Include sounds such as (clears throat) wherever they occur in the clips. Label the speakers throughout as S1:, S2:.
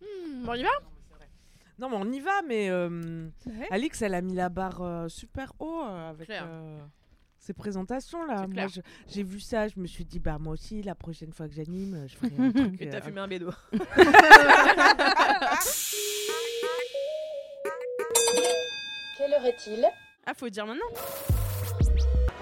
S1: Hmm, on y va
S2: Non, mais on y va, mais euh,
S1: Ouais.
S2: Alix, elle a mis la barre euh, super haut euh, avec
S1: clair.
S2: euh, ses présentations là.
S1: C'est
S2: Moi,
S1: clair.
S2: je- j'ai vu ça, je me suis dit, bah moi aussi, la prochaine fois que j'anime, euh, je ferai un truc.
S1: Et
S2: euh,
S1: t'as fumé un bédo.
S3: Quelle heure est-il
S1: Ah, faut dire maintenant.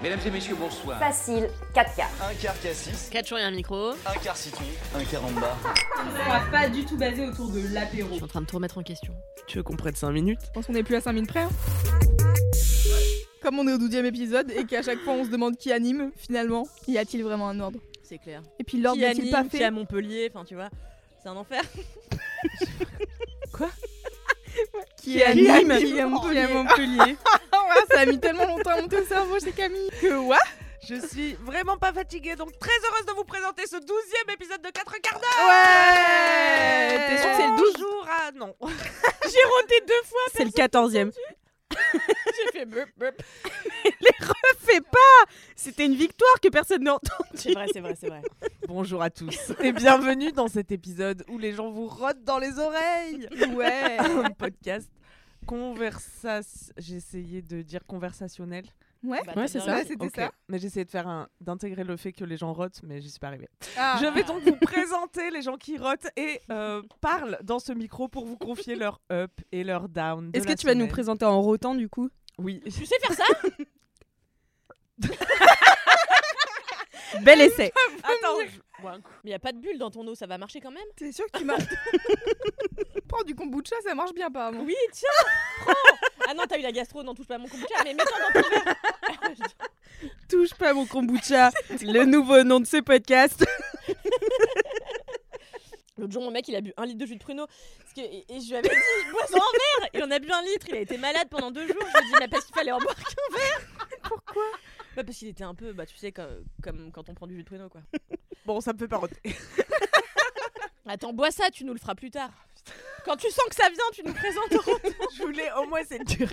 S4: Mesdames et messieurs, bonsoir.
S3: Facile, 4 quarts.
S4: Un quart cassis,
S1: 4 jours et un micro.
S4: un quart citron, un quart amba.
S1: Je suis en train de tout remettre en question.
S2: Tu veux qu'on prenne 5 minutes
S5: Je pense qu'on est plus à 5000 près. hein. Comme on est au 12 e épisode et qu'à chaque fois on se demande qui anime, finalement, y a-t-il vraiment un ordre
S1: C'est clair.
S5: Et puis l'ordre
S1: qui à
S5: n'est-il pas
S1: Nîmes, qui à
S5: fait
S1: Montpellier, enfin tu vois, c'est un (laughs) enfer.
S5: Qui anime Qui est (laughs) Montpellier Ça a mis tellement longtemps à monter au cerveau chez Camille que ouais
S2: Je suis vraiment pas fatiguée, donc très heureuse de vous présenter ce 12e épisode de 4 quarts d'heure
S5: Ouais T'es sûr que c'est le 12
S2: Bonjour à... Non. j'ai roté deux fois
S1: C'est le 14 e (laughs)
S2: J'ai fait beup, beup.
S1: Fais pas C'était une victoire que personne n'a entendu.
S5: C'est vrai, c'est vrai,
S1: (laughs)
S5: c'est vrai.
S2: Bonjour à tous et bienvenue dans cet épisode où les gens vous rotent dans les oreilles
S5: Ouais
S2: (laughs) un podcast conversation. J'ai essayé de dire conversationnel,
S5: Ouais,
S1: Ouais, c'est ça.
S5: Ah Ouais, c'était
S2: Ok.
S5: ça.
S2: mais j'ai essayé de faire un d'intégrer le fait que les gens rotent, mais j'y suis pas arrivée.
S5: Ah.
S2: Je vais donc vous présenter les gens qui rotent et euh, parlent dans ce micro pour vous confier leur up et leur down. de
S5: Est-ce que
S2: la
S5: tu vas nous
S2: semaine.
S5: présenter en rotant du coup
S2: Oui.
S1: Tu sais faire ça Bel essai.
S2: Attends.
S1: Mais y a pas de bulle dans ton eau, ça va marcher quand même
S5: (laughs) T'es sûr que tu marches (laughs) Prends du kombucha, ça marche bien apparemment.
S1: Oui, tiens Prends Ah non, t'as eu la gastro, non, touche pas à mon kombucha, mais mets-toi dans ton (laughs) verre
S5: Touche pas mon kombucha, le nouveau nom de ce podcast.
S1: L'autre jour, mon mec, il a bu un litre de jus de pruneau. Parce que, et, et je lui avais dit, bois en verre Il en a bu un litre, il a été malade pendant deux jours. Je lui ai dit, mais parce qu'il fallait en boire qu'un verre Pourquoi Bah, parce qu'il était un peu, bah, tu sais, comme, comme quand on prend du jus de pruneau, quoi.
S2: Bon, ça me fait pas roter.
S1: Attends, bois ça, tu nous le feras plus tard. Quand tu sens que ça vient, tu nous présenteras.
S2: je voulais au moins c'est dur.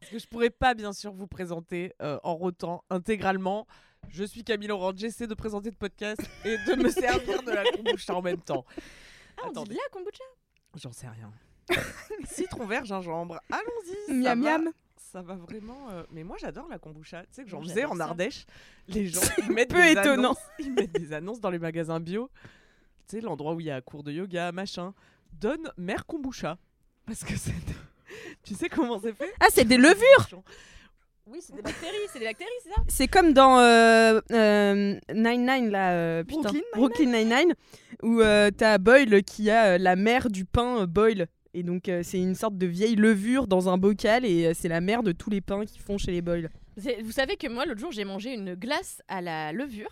S2: Parce que je pourrais pas bien sûr vous présenter euh, en rotant intégralement. Je suis Camille Laurent, j'essaie de présenter le podcast et de me servir de la kombucha en même temps.
S1: Ah, on dit
S2: Attendez.
S1: de la kombucha
S2: J'en sais
S5: (laughs)
S2: rien. Citron vert, gingembre. Allons-y. ça
S5: Miam
S2: va-
S5: miam.
S2: Ça va vraiment. euh, Mais moi, j'adore la kombucha. Tu sais que j'en
S1: Moi,
S2: faisais
S1: j'adore
S2: en
S1: ça.
S2: Ardèche. Les gens ils mettent
S5: Peu
S2: des
S5: étonnant.
S2: annonces- ils mettent des annonces dans les magasins bio. Tu sais, l'endroit où il y a cours de yoga, machin. Donne mère kombucha. Parce que c'est. (laughs) Tu sais comment c'est fait
S5: Ah, c'est des levures
S1: Oui, c'est des bactéries, c'est des bactéries, c'est ça
S5: C'est comme dans euh, euh, Nine Nine là, euh, putain. Brooklyn Nine Nine, où euh, t'as Boyle qui a euh, la mère du pain euh, Boyle. Et donc euh, c'est une sorte de vieille levure dans un bocal et euh, c'est la mère de tous les pains qui font chez les Boyle.
S1: C'est- Vous savez que moi, l'autre jour, j'ai mangé une glace à la levure.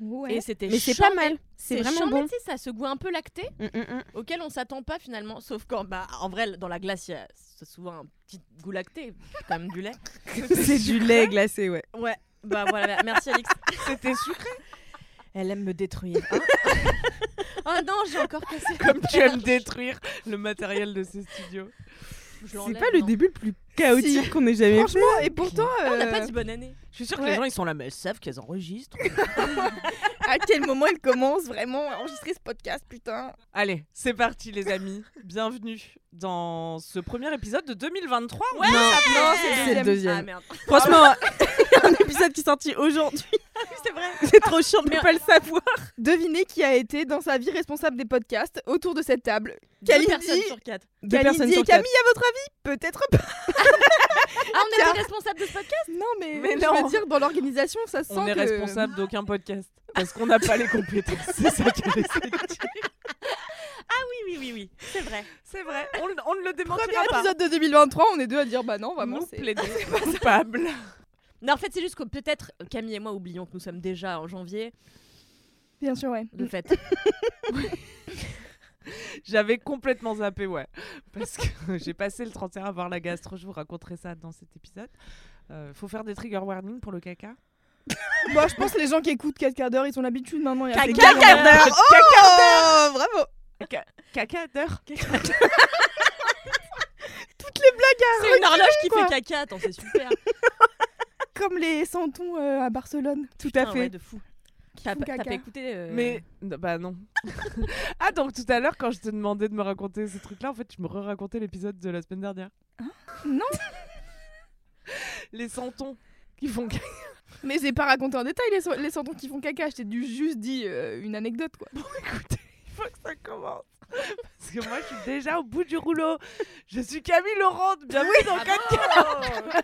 S5: Ouais.
S1: Et c'était
S5: Mais c'est pas
S1: chambé.
S5: mal, c'est vraiment
S1: chambé,
S5: bon.
S1: tu sais, ça a ce goût un peu lacté.
S5: Mm, mm, mm.
S1: auquel on s'attend pas finalement, sauf quand, bah, en vrai, dans la glace, il y a c'est souvent un petit goût lacté, quand même du lait.
S5: C'est du lait glacé, ouais.
S1: Ouais, bah voilà, merci Alix.
S2: C'était sucré.
S1: Elle aime me
S5: (laughs)
S1: détruire. oh non, j'ai encore cassé.
S2: Comme tu aimes détruire le matériel de ces studios.
S5: C'est pas le début le plus chaotique qu'on ait jamais fait.
S1: (laughs)
S2: et
S5: Pourtant,
S1: On n'a
S5: euh,
S1: pas dit bonne année.
S2: Je suis sûre que
S5: Ouais.
S2: les gens, ils sont là, mais elles savent qu'elles enregistrent.
S5: à quel moment il commence vraiment à enregistrer ce podcast, putain
S2: (laughs) Allez, c'est parti, les amis. Bienvenue dans ce premier épisode de 2023.
S1: Ouais
S5: Non,
S1: non,
S5: c'est le
S1: Ah
S5: deuxième.
S1: merde.
S5: Franchement, (laughs) il y a un épisode qui est sorti aujourd'hui.
S1: C'est vrai.
S2: (laughs)
S5: C'est trop chiant de
S1: Mais-
S5: pas le savoir. Devinez qui a été dans sa vie responsable des podcasts autour de cette table.
S1: Deux
S5: Kalindi.
S1: personnes sur quatre.
S5: Deux
S2: personnes
S5: et
S2: sur
S5: Camille, à votre avis Peut-être pas.
S1: Ah, on a été responsable de ce podcast
S5: Non, mais,
S2: Mais
S5: je
S2: non.
S5: veux dire, dans l'organisation, ça sent
S2: On est
S5: que-
S2: responsable d'aucun podcast parce qu'on n'a pas les compétences. (laughs) C'est ça qu'elle essaie de dire.
S1: Oui, oui, oui, oui. C'est vrai.
S2: C'est vrai, on, le- on ne le
S5: Premier
S2: démentira pas.
S5: épisode de 2023, on est deux à dire bah non, vraiment,
S2: Nous
S5: c'est...
S2: (laughs) plaidons coupables.
S1: euh, Non, en fait, c'est juste que peut-être Camille et moi oublions que nous sommes déjà en janvier.
S5: Bien sûr, ouais.
S1: de fait.
S2: J'avais complètement zappé, ouais. Parce que (laughs) j'ai passé le 31 à voir la gastro, je vous raconterai ça dans cet épisode. Euh, faut faire des trigger warnings pour le caca.
S5: Bon, Bah, je pense que les gens qui écoutent 4 quarts d'heure, ils ont l'habitude maintenant. il y a
S2: Caca
S5: ces
S2: quart
S5: galères.
S2: d'heure
S3: Oh, bravo
S2: Caca d'heure
S1: C'est une horloge qui fait caca, attends, c'est super.
S5: Comme les santons euh, à Barcelone.
S3: Tout
S1: Putain,
S3: à fait.
S1: Ah, ouais, de fou. T'as
S5: font
S1: pas t'as
S5: caca.
S1: pas écouté euh,
S2: Mais non, bah non. (laughs) ah donc tout à l'heure quand je te demandais de me raconter ce truc-là, en fait je me re-racontais l'épisode de la semaine dernière.
S5: Non.
S2: (laughs) Les santons qui font caca.
S5: Mais j'ai pas raconté en détail les, so- les santons qui font caca. Je t'ai dû juste dit euh, une anecdote, quoi.
S2: (laughs) Écoutez, il faut que ça commence. (laughs) Parce que moi je suis déjà au bout du rouleau. Je suis Camille Laurent, bienvenue dans
S1: bravo
S2: Caca.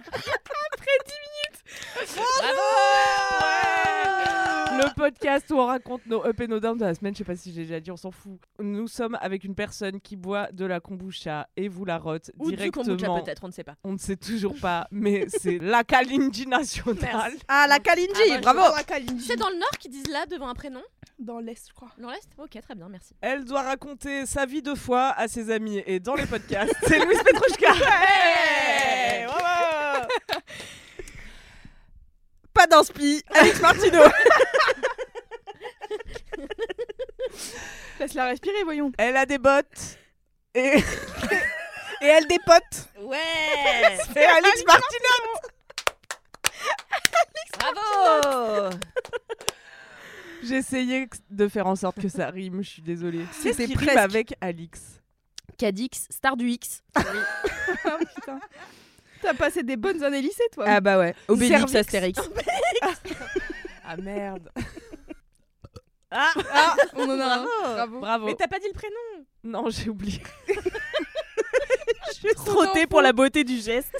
S1: Bravo
S2: Le podcast où on raconte nos up et nos down de la semaine, je sais pas si j'ai déjà dit, on s'en fout. Nous sommes avec une personne qui boit de la kombucha et vous la rote
S1: Ou du kombucha
S2: directement.
S1: peut-être, on ne sait pas.
S2: On ne sait toujours pas, mais
S1: (laughs)
S2: c'est la Kalindi nationale.
S1: Merci.
S3: Ah, la Kalindi,
S1: Ah, bah,
S3: bravo
S1: C'est dans le nord qu'ils disent là devant un prénom
S5: Dans l'Est, je crois.
S1: Dans l'est Ok, très bien, merci.
S2: Elle doit raconter sa vie de foi à ses amis et dans les podcasts. c'est
S1: (laughs)
S2: Louise Petrouchka. Hey, bravo.
S3: Pas d'inspi Alex Martino
S5: Laisse-la respirer, voyons.
S2: Elle a des bottes et, (laughs)
S3: Et elle dépote
S2: (laughs)
S1: Ouais
S2: et Alex Martineau. Oh.
S1: Bravo
S2: J'ai essayé de faire en sorte que ça rime. Je suis désolée.
S3: C'était
S2: Qu'est-ce qui
S3: presque.
S2: rime avec Alix.
S1: Cadix, star du X.
S5: Ah, putain. T'as passé des bonnes années lycée, toi.
S3: Ah bah ouais, Obélix
S1: Cervix. (laughs)
S3: Astérix.
S2: Ah (laughs) merde. Ah,
S1: Ah,
S5: on en a un. Bravo.
S2: Bravo.
S1: Mais t'as pas dit le prénom
S2: Non, j'ai (laughs) oublié.
S3: Trotté pour la beauté du geste.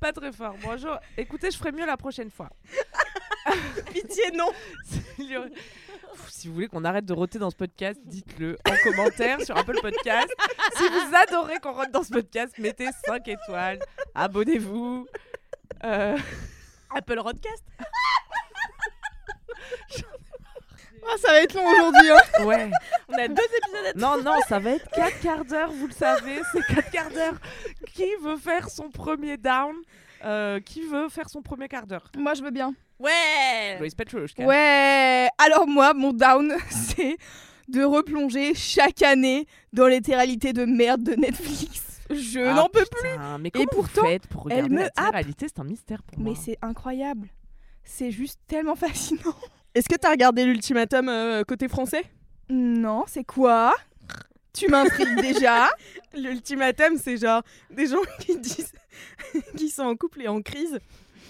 S2: Pas très fort. Bonjour. Écoutez, je ferai mieux la prochaine fois.
S3: Pitié, non
S2: (laughs) Il y aurait- Pff, Si vous voulez qu'on arrête de roter dans ce podcast, dites-le en commentaire sur Apple Podcast. Si vous adorez qu'on rote dans ce podcast, mettez 5 étoiles, abonnez-vous. Euh,
S1: Apple Rodcast
S5: Ah, ça va être long aujourd'hui. hein.
S2: ouais.
S1: On a deux épisodes à
S2: Non, non, ça va être 4 quarts d'heure, vous le savez, c'est 4 quarts d'heure. Qui veut faire son premier down Euh, Qui veut faire son premier quart d'heure
S5: Moi, je veux bien.
S1: Ouais
S2: Louise Petrouchka.
S5: Ouais. Alors moi, mon down,
S3: (laughs)
S5: (laughs) c'est de replonger chaque année dans les téléréalités de merde de Netflix. Je
S1: euh,
S2: Ah,
S5: n'en peux plus.
S2: putain, Mais comment vous
S5: pourtant,
S2: faites pour
S5: elle
S2: regarder
S5: me
S2: la
S5: happe.
S2: réalité C'est un mystère pour
S5: Mais
S2: moi.
S5: c'est incroyable. C'est juste tellement fascinant. (laughs)
S3: Est-ce que t'as regardé l'ultimatum euh, côté français
S5: Non, c'est quoi Tu
S3: (laughs)
S5: m'intrigues déjà.
S3: L'ultimatum, c'est genre des gens qui disent (laughs) qui sont en couple et en crise.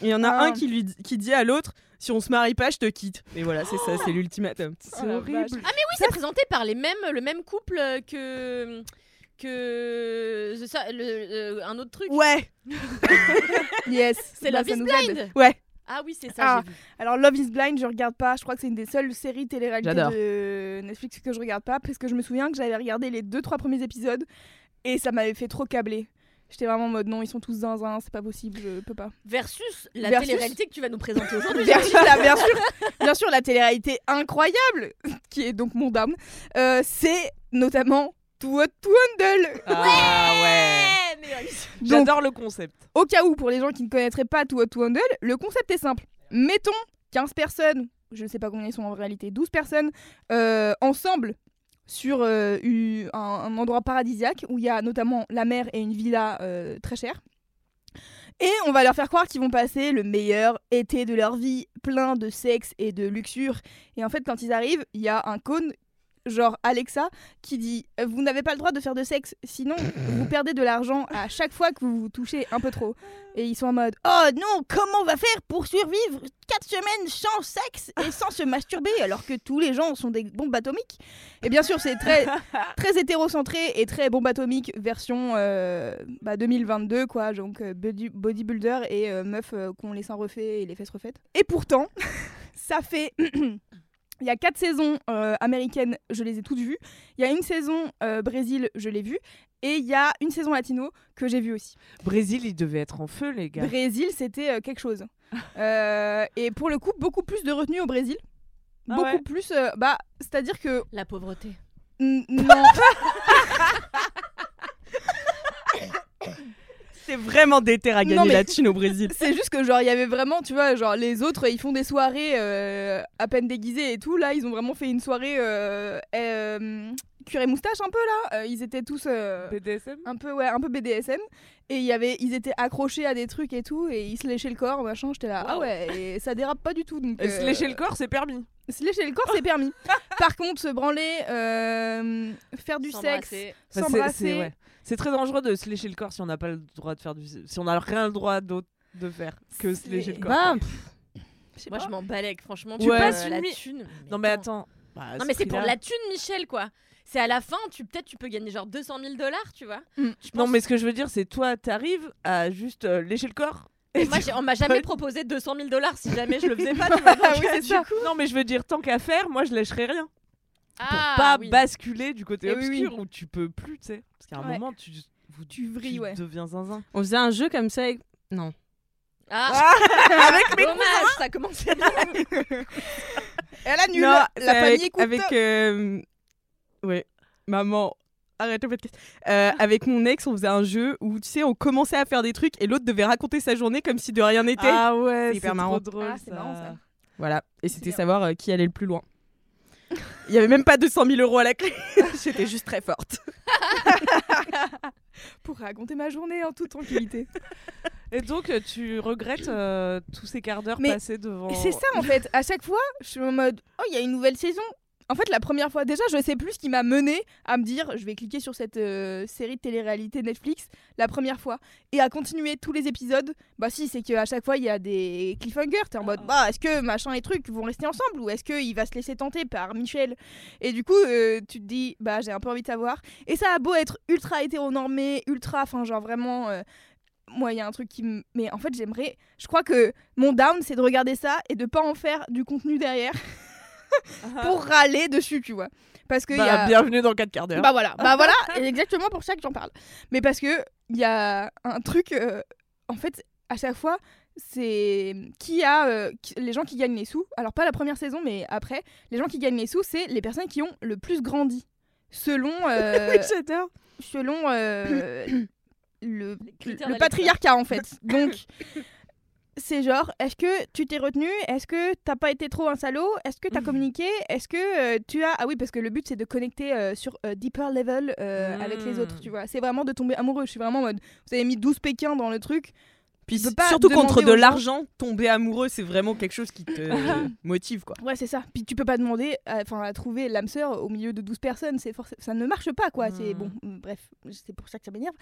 S3: Et il y en a
S5: Ah.
S3: un qui, lui, qui dit à l'autre si on se marie pas, je te quitte. Et voilà, c'est ça, c'est l'ultimatum.
S2: Oh. C'est horrible.
S1: Ah mais oui, c'est présenté par les mêmes, le même couple euh, que que c'est ça, le- euh, un autre truc.
S3: Ouais
S5: (laughs) Yes.
S1: C'est
S5: bah,
S1: Love
S5: ça
S1: is
S5: nous aide.
S1: Blind.
S3: Ouais.
S1: Ah oui, c'est ça.
S5: Ah.
S1: j'ai vu.
S5: Alors Love is Blind, je regarde pas. Je crois que c'est une des seules séries télé-réalité
S2: J'adore.
S5: de Netflix que je regarde pas parce que je me souviens que j'avais regardé les deux trois premiers épisodes et ça m'avait fait trop câbler. J'étais vraiment en mode non, ils sont tous zinzin, c'est pas possible, je peux pas.
S1: Versus la
S5: Versus.
S1: télé-réalité que tu vas nous présenter aujourd'hui.
S5: Bien sûr, la, bien sûr, bien sûr, la télé-réalité incroyable, qui est donc mon dame, euh, c'est notamment Too Hot to Handle.
S2: Ah ouais.
S1: Ouais, mais ouais.
S5: Donc,
S2: J'adore le concept.
S5: au cas où, pour les gens qui ne connaîtraient pas Too Hot to Handle, le concept est simple. Mettons 15 personnes, je ne sais pas combien ils sont en réalité, 12 personnes, euh, ensemble sur euh, u- un, un endroit paradisiaque où il y a notamment la mer et une villa euh, très chère. Et on va leur faire croire qu'ils vont passer le meilleur été de leur vie, plein de sexe et de luxure. Et en fait, quand ils arrivent, il y a un cône, genre Alexa, qui dit « Vous n'avez pas le droit de faire de sexe, sinon vous perdez de l'argent à chaque fois que vous vous touchez un peu trop. » Et ils sont en mode « Oh non, comment on va faire pour survivre 4 semaines sans sexe et sans se masturber alors que tous les gens sont des bombes atomiques ?» Et bien sûr, c'est très, très hétérocentré et très bombe atomique version euh, bah, 2022, quoi. Donc euh, body- bodybuilder et euh, meuf euh, qu'on les seins refaits et les fesses refaites. Et pourtant, (laughs) ça fait. (clears throat) Il y a quatre saisons euh, américaines, je les ai toutes vues. Il y a une saison euh, Brésil, je l'ai vue. Et il y a une saison latino que j'ai vue aussi.
S2: Brésil, il devait être en feu, les gars.
S5: Brésil, c'était euh, quelque chose. Euh, et pour le coup, beaucoup plus de retenue au Brésil.
S2: Ah
S5: beaucoup
S2: ouais.
S5: plus. euh, bah, c'est-à-dire que
S1: La pauvreté.
S5: n-
S2: (laughs)
S5: non.
S3: C'est vraiment des terres à
S5: Non,
S3: gagner
S5: mais-
S3: la thune
S2: (laughs)
S3: au Brésil.
S5: C'est juste que genre il y avait vraiment, tu vois, genre les autres ils font des soirées euh, à peine déguisées et tout. Là ils ont vraiment fait une soirée euh, euh, cuir et moustache un peu là. Euh, ils étaient tous euh,
S2: BDSM
S5: un peu ouais un peu BDSM et il y avait ils étaient accrochés à des trucs et tout et ils se léchaient le corps machin. J'étais là ah
S2: Waouh.
S5: ouais et ça dérape pas du tout donc.
S2: Euh, Se
S5: euh,
S2: lécher le corps, c'est permis.
S5: se lécher le (laughs) corps c'est permis. Par contre se branler, euh, faire du sexe,
S1: S'embrasser.
S2: Enfin, c'est- C'est
S5: s'embrasser.
S2: ouais. C'est très dangereux de se lécher le corps si on n'a pas le droit de faire du. Si on n'a rien le droit d'autre de faire que se
S5: C'est-
S2: lécher le corps.
S3: Bah,
S2: quoi.
S1: Moi, je m'en balèque, franchement.
S2: Ouais.
S1: Tu passes
S2: Ouais.
S1: la
S2: Mais-
S1: thune.
S2: non mais attends. Bah,
S1: Non, mais c'est pour de la thune, Michel, quoi. C'est à la fin, tu peut-être tu peux gagner genre 200 000 dollars, tu vois.
S5: Mm.
S1: Je
S2: Non
S1: pense-
S2: mais ce que je veux dire c'est toi t'arrives à juste euh, lécher le corps.
S1: Et moi, j'ai- on
S2: (laughs)
S1: m'a jamais proposé 200 000 dollars si jamais je le faisais pas. tu vois,
S5: Ah
S1: donc,
S2: Ah oui,
S1: euh,
S2: c'est
S1: du
S2: ça.
S1: coup-
S2: Non mais je veux dire tant qu'à faire, moi je lâcherai rien pour
S1: Ah,
S2: pas
S1: oui.
S2: basculer du côté
S5: Eh oui,
S2: obscur où tu peux plus, tu sais. Parce qu'à un
S5: Ouais.
S2: moment tu vous-
S5: Tu vrilles,
S2: tu
S5: ouais.
S2: deviens zinzin.
S3: On faisait un jeu comme ça avec. Non.
S1: Ah,
S2: (laughs) Avec
S1: dommage, ça commence à
S2: (laughs)
S5: (laughs) Elle annule.
S3: Non,
S5: la
S3: c'est
S5: famille
S3: avec,
S5: écoute.
S3: avec, euh, ouais, maman. Arrête le podcast. Euh, avec mon ex, on faisait un jeu où, tu sais, on commençait à faire des trucs et l'autre devait raconter sa journée comme si de rien n'était.
S2: Ah ouais,
S3: C'est
S2: c'est
S3: hyper
S2: trop
S3: marrant.
S2: drôle
S5: Ah, c'est marrant, ça.
S3: Voilà. Et c'était
S5: bien.
S3: savoir euh, qui allait le plus loin. Il n'y avait même pas 200 000 euros à la clé. J'étais juste très forte.
S5: (laughs) pour raconter ma journée en toute tranquillité.
S2: Et donc euh, tu regrettes euh, tous ces quarts d'heure
S5: Mais
S2: passés devant.
S5: Mais C'est ça en fait, à chaque fois, je suis en mode oh, il y a une nouvelle saison. En fait, la première fois déjà, je sais plus ce qui m'a mené à me dire je vais cliquer sur cette euh, série de télé-réalité Netflix la première fois et à continuer tous les épisodes. Bah si, c'est que à chaque fois il y a des cliffhangers, t'es en mode bah est-ce que machin et truc vont rester ensemble ou est-ce qu'il va se laisser tenter par Michel Et du coup, euh, tu te dis bah j'ai un peu envie de savoir. Et ça a beau être ultra hétéronormé, ultra enfin genre vraiment euh, moi, il y a un truc qui me. Mais en fait, j'aimerais. Je crois que mon down, c'est de regarder ça et de pas en faire du contenu derrière
S2: Ah.
S5: pour râler dessus, tu vois. Parce que. il y
S2: Bah,
S5: a...
S2: Bienvenue dans 4 quarts d'heure.
S5: Bah voilà, bah voilà, et exactement pour ça que j'en parle. Mais parce que il y a un truc, euh, en fait, à chaque fois, c'est qui a euh, qui- les gens qui gagnent les sous. Alors pas la première saison, mais après, les gens qui gagnent les sous, c'est les personnes qui ont le plus grandi selon
S2: Ah
S5: euh,
S3: J'adore.
S5: selon euh, le,
S1: critères
S5: le
S1: de
S5: patriarcat en fait. Donc c'est genre est-ce que tu t'es retenu Est-ce que t'as pas été trop un salaud Est-ce que t'as communiqué Est-ce que euh, tu as ah oui parce que le but c'est de connecter euh, sur euh, deeper level euh,
S2: Mm.
S5: avec les autres tu vois. C'est vraiment de tomber amoureux. Je suis vraiment en mode vous avez mis 12 Pékins dans le truc.
S3: Puis
S5: peux pas
S3: surtout contre
S5: demander
S3: de
S5: aux gens-
S3: l'argent, tomber amoureux, c'est vraiment quelque chose qui te motive, quoi.
S5: Ouais c'est ça. Puis tu peux pas demander à- enfin à trouver l'âme sœur au milieu de 12 personnes. C'est forc- ça ne marche pas quoi. C'est
S2: Mm.
S5: bon mm, bref c'est pour ça que ça m'énerve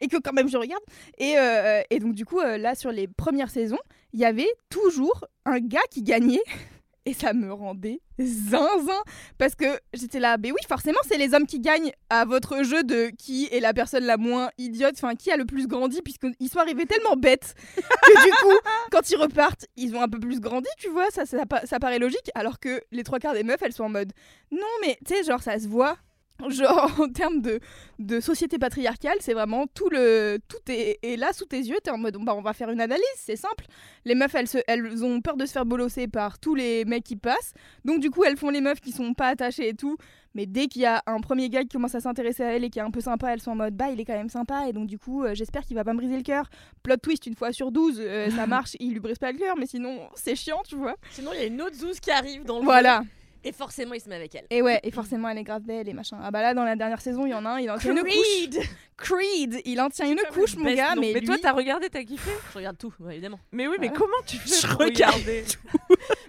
S5: et que quand même je regarde. Et, euh, et donc du coup euh, là sur les premières saisons il y avait toujours un gars qui gagnait (laughs) et ça me rendait zinzin parce que j'étais là mais oui forcément c'est les hommes qui gagnent à votre jeu de qui est la personne la moins idiote enfin qui a le plus grandi puisqu'ils sont arrivés tellement bêtes que du coup quand ils repartent ils ont un peu plus grandi tu vois ça ça, pa- ça paraît logique alors que les trois quarts des meufs elles sont en mode non mais tu sais genre ça se voit (laughs) genre en termes de, de société patriarcale c'est vraiment tout le tout est, est là sous tes yeux t'es en mode bah on va faire une analyse c'est simple les meufs, elles, se- elles ont peur de se faire bolosser par tous les mecs qui passent. Donc, du coup, elles font les meufs qui sont pas attachées et tout. Mais dès qu'il y a un premier gars qui commence à s'intéresser à elle et qui est un peu sympa, elles sont en mode bah, il est quand même sympa. Et donc, du coup, euh, j'espère qu'il va pas me briser le cœur. Plot twist, une fois sur 12, euh, (laughs) ça marche, il lui brise pas le cœur, mais sinon, c'est chiant, tu vois.
S1: Sinon, il y a une autre zouze qui arrive dans le
S5: Voilà.
S1: jeu, Et forcément, il se met avec elle.
S5: Et ouais, et forcément, elle est grave belle et machin. Ah bah là, dans la dernière saison, il y en a un, il en tient une couche.
S1: Creed
S5: Creed Il en tient une
S1: Putain,
S5: couche,
S1: le
S5: mon
S1: best
S5: gars,
S1: nom.
S5: mais,
S2: Mais toi
S5: lui- Euh,
S2: t'as regardé, t'as kiffé
S1: Je regarde tout, ouais, évidemment.
S2: Mais oui, mais
S5: Voilà.
S2: comment tu fais
S3: Je
S2: pour
S3: regarde
S2: regarder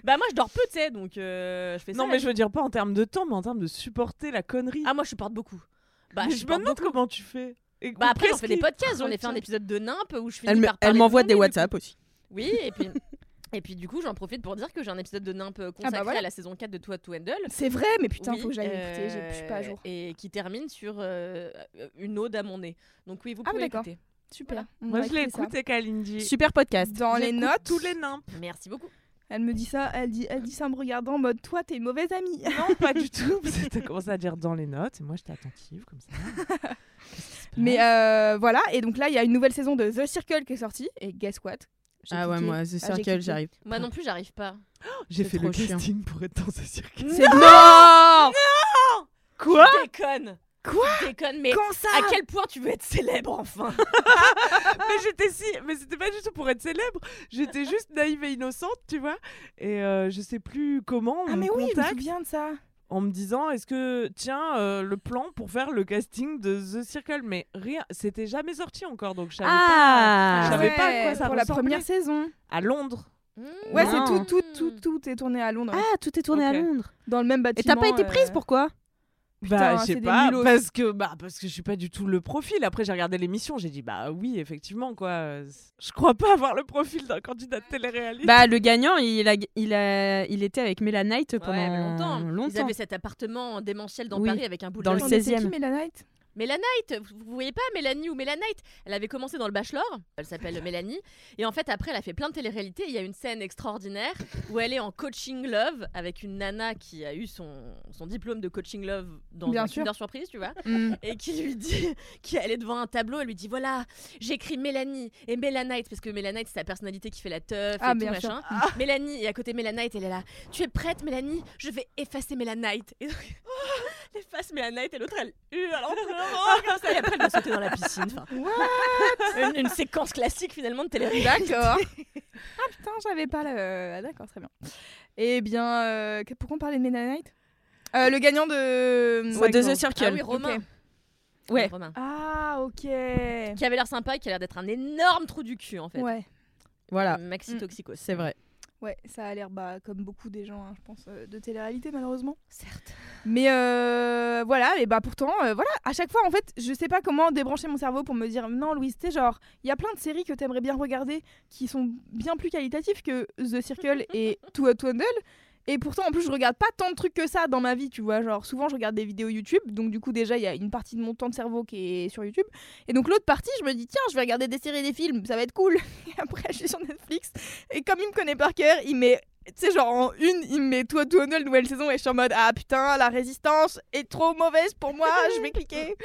S1: Bah, moi, je dors peu, tu sais, donc euh, je fais ça.
S2: Non, mais je veux dire pas en termes de temps, mais en termes de supporter la connerie.
S1: Ah, moi, je supporte beaucoup. Bah,
S2: Mais
S1: je
S2: je me
S1: supporte
S2: demande
S1: beaucoup.
S2: comment tu fais. Et
S1: Bah, après,
S2: qu'est-ce
S1: on fait des
S2: qui-
S1: podcasts. J'en ai fait
S2: Tiens.
S1: un épisode de Nimp où je finis
S3: Elle me-
S1: par parler
S3: elle
S1: de
S3: m'envoie des
S1: conneries, du
S3: WhatsApp aussi.
S1: coup. Oui, et puis. Et puis du coup, j'en profite pour dire que j'ai un épisode de Nimp consacré
S5: Ah bah voilà.
S1: à la saison 4 de Toi to Handle.
S5: C'est vrai, mais putain,
S1: Oui,
S5: faut que j'aille
S1: euh,
S5: écouter, j'ai- je suis pas à jour.
S1: Et qui termine sur euh, une ode à mon nez. Donc oui, vous
S5: Ah,
S1: pouvez
S5: d'accord.
S1: écouter.
S5: Super. on
S2: Moi,
S5: va
S2: je l'ai
S5: écouter ça.
S2: écouté, Kalindi.
S3: Super podcast.
S5: Dans les
S2: J'écoute
S5: notes,
S2: Tous les nymphes.
S1: Merci beaucoup.
S5: Elle me dit ça, elle dit, elle dit ça en me regardant en mode toi t'es une mauvaise amie.
S2: Non, pas du tout. (laughs) Parce que t'as commencé à dire dans les notes, et moi j'étais attentive
S5: (laughs)
S2: comme ça. Qu'est-ce qui se passe
S5: euh, Mais euh, voilà, et donc là il y a une nouvelle saison de The Circle qui est sortie, et guess what J'ai
S3: Ah ouais,
S5: cliqué.
S3: moi, The
S5: Ah, j'ai
S3: Circle,
S5: cliqué.
S3: j'arrive.
S1: Moi non plus, j'arrive pas.
S2: J'ai
S3: C'est
S2: fait le
S3: trop chiant.
S2: casting pour être dans ce circuit.
S3: (laughs) C'est mort
S1: Quoi Tu déconnes.
S3: Quoi
S1: Tu déconnes, mais
S3: Quand ça
S1: à quel point tu veux être célèbre enfin
S2: Ah, mais j'étais si, mais c'était pas du tout pour être célèbre. J'étais juste naïve et innocente, tu vois. Et euh, je sais plus comment on
S5: Ah,
S2: me
S5: mais oui, je me
S2: contacte
S5: souviens de ça.
S2: en me disant est-ce que tiens euh, le plan pour faire le casting de The Circle, mais rien, c'était jamais sorti encore, donc je savais pas.
S3: Ah
S2: Je savais pas à quoi ça
S5: Pour la
S2: ressemblait.
S5: première saison.
S2: À Londres.
S5: (laughs) Ouais, c'est
S3: Non.
S5: tout, tout, tout, tout est tourné à Londres.
S3: Ah, tout est tourné
S2: Ok.
S3: à Londres.
S5: Dans le même
S3: Et
S5: bâtiment.
S3: t'as pas été prise,
S5: euh,
S3: pourquoi
S2: bah,
S5: Putain,
S2: je
S5: c'est
S2: sais
S5: des
S2: pas,
S5: nulos.
S2: parce que, bah, parce que je suis pas du tout le profil. Après, j'ai regardé l'émission, j'ai dit, bah oui, effectivement, quoi. euh, c'est- Je crois pas avoir le profil d'un candidat de télé-réalité.
S3: Bah, le gagnant, il, a, il, a, il était avec Mela Knight pendant
S1: Ouais, mais longtemps. Ils
S3: longtemps.
S1: avaient cet appartement en démentiel dans
S3: Oui,
S1: Paris avec un bout de
S3: dans le
S1: laine.
S5: attendez,
S3: 16e.
S5: C'est qui, (laughs) Melanite
S1: Mela Knight, vous, vous voyez pas Mélanie ou Mela Knight Elle avait commencé dans le Bachelor, elle s'appelle Mélanie, et en fait après elle a fait plein de téléréalités. Il y a une scène extraordinaire où elle est en coaching love avec une nana qui a eu son, son diplôme de coaching love dans
S5: Bien
S1: un
S5: sûr.
S1: Kinder Surprise, tu vois,
S5: Mm.
S1: et qui lui dit, qui allait devant un tableau, elle lui dit voilà, j'écris Mélanie et Mela Knight parce que Mela Knight c'est sa personnalité qui fait la teuf
S5: Ah,
S1: et tout
S5: bien sûr.
S1: machin. Mélanie et à côté Mela Knight elle est là, tu es prête Mélanie, je vais effacer Mela Knight. Et donc, (laughs) elle efface Mela Knight et l'autre elle hurle en pleurant comme ça et après elle va sauter dans la piscine. Enfin, une, une séquence classique finalement de télé
S5: D'accord. (laughs) ah putain, j'avais pas le. Ah, D'accord, très bien. Eh bien, euh, que- pourquoi on parlait de Melanite euh, Le gagnant de.
S3: Ouais, de The
S5: Ok.
S3: Circle.
S1: Ah oui Romain.
S5: Ok.
S3: Ouais.
S1: Romain.
S5: Ah, ok.
S1: Qui avait l'air sympa et qui a l'air d'être un énorme trou du cul en fait.
S5: Ouais.
S3: Voilà,
S1: Maxi
S5: Mm.
S1: Toxicos.
S3: c'est vrai.
S5: ouais, ça a l'air bah, comme beaucoup des gens, hein, je pense, euh, de télé-réalité malheureusement.
S1: Certes.
S5: Mais euh, voilà, et bah pourtant, euh, voilà, à chaque fois, en fait, je sais pas comment débrancher mon cerveau pour me dire non, Louise, t'es genre, il y a plein de séries que t'aimerais bien regarder qui sont bien plus qualitatives que The Circle et Too Hot to Handle. Et pourtant, en plus, je regarde pas tant de trucs que ça dans ma vie, tu vois. Genre, souvent, je regarde des vidéos YouTube, donc du coup, déjà, il y a une partie de mon temps de cerveau qui est sur YouTube. Et donc, l'autre partie, je me dis, tiens, je vais regarder des séries et des films, ça va être cool. (laughs) Et après, je suis sur Netflix. Et comme il me connaît par cœur, il met tu sais, genre en une, il me met toi, tout la nouvelle saison, et je suis en mode Ah putain, la résistance est trop mauvaise pour (laughs) moi, je vais cliquer.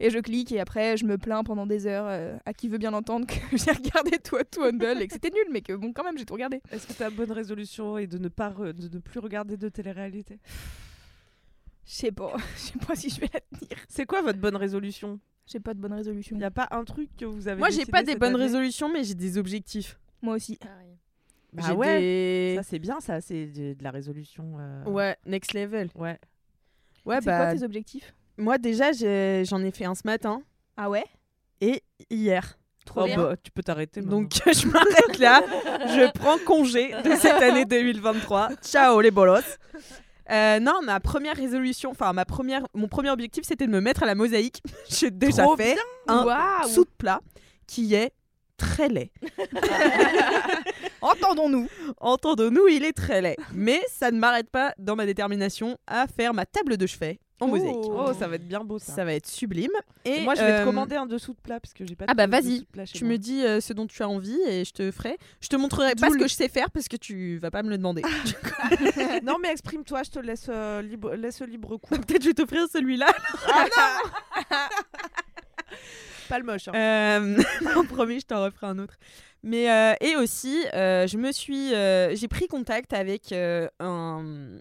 S5: Et je clique, et après, je me plains pendant des heures euh, à qui veut bien entendre que (laughs) j'ai regardé toi, tout et que c'était nul, mais que bon, quand même, j'ai tout regardé.
S2: Est-ce que ta bonne résolution est de ne pas re- de ne plus regarder de télé-réalité
S5: Je sais pas, (laughs) je sais pas si je vais la tenir.
S2: C'est quoi votre bonne résolution
S5: J'ai pas de bonne résolution.
S2: Il n'y a pas un truc que vous avez
S3: Moi, j'ai
S2: décidé
S3: pas des
S2: cette
S3: bonnes
S2: année
S3: résolutions, mais j'ai des objectifs.
S5: Moi aussi.
S1: Pareil.
S3: j'ai
S2: Bah ouais,
S3: des-
S2: ça c'est bien, ça c'est de, de la résolution. euh,
S3: Ouais, next level.
S2: Ouais.
S3: Ouais,
S5: c'est
S3: bah,
S5: quoi tes objectifs
S3: moi déjà, j'ai- j'en ai fait un ce matin
S5: Ah ouais
S3: et hier.
S1: Trop
S2: Oh
S1: bien.
S2: bah, tu peux t'arrêter. maintenant.
S3: Donc, (laughs) je m'arrête là. Je prends congé de cette année 2023. Ciao, les bolos. Euh, non, ma première résolution, enfin ma première, mon premier objectif, c'était de me mettre à la mosaïque. (laughs) J'ai déjà
S2: Trop
S3: fait un
S5: Waouh
S3: sous de plat qui est très laid.
S5: Entendons-nous
S3: Entendons-nous, il est très laid. Mais ça ne m'arrête pas dans ma détermination à faire ma table de chevet en mosaïque.
S2: Oh, ça va être bien beau ça.
S3: Ça va être sublime. Et
S2: Et moi, je vais te
S3: euh,
S2: commander un dessous de plat parce que j'ai pas.
S3: ah
S2: de
S3: bah,
S2: de
S3: vas-y.
S2: dessous de plat chez
S3: Tu
S2: moi.
S3: me dis euh, ce dont tu as envie et je te ferai. Je te montrerai pas
S5: D'où
S3: ce
S5: le-
S3: que je sais faire parce que tu vas pas me le
S5: (laughs)
S3: demander. (laughs)
S2: (laughs) non mais exprime-toi, je te laisse euh, libre, laisse libre
S3: (laughs)
S2: cours.
S3: Peut-être je vais t'offrir celui-là.
S2: Pas le moche. hein.
S3: Euh, (laughs) non, promis, je t'en referai un autre. Mais euh, et aussi, euh, je me suis, euh, j'ai pris contact avec euh, un,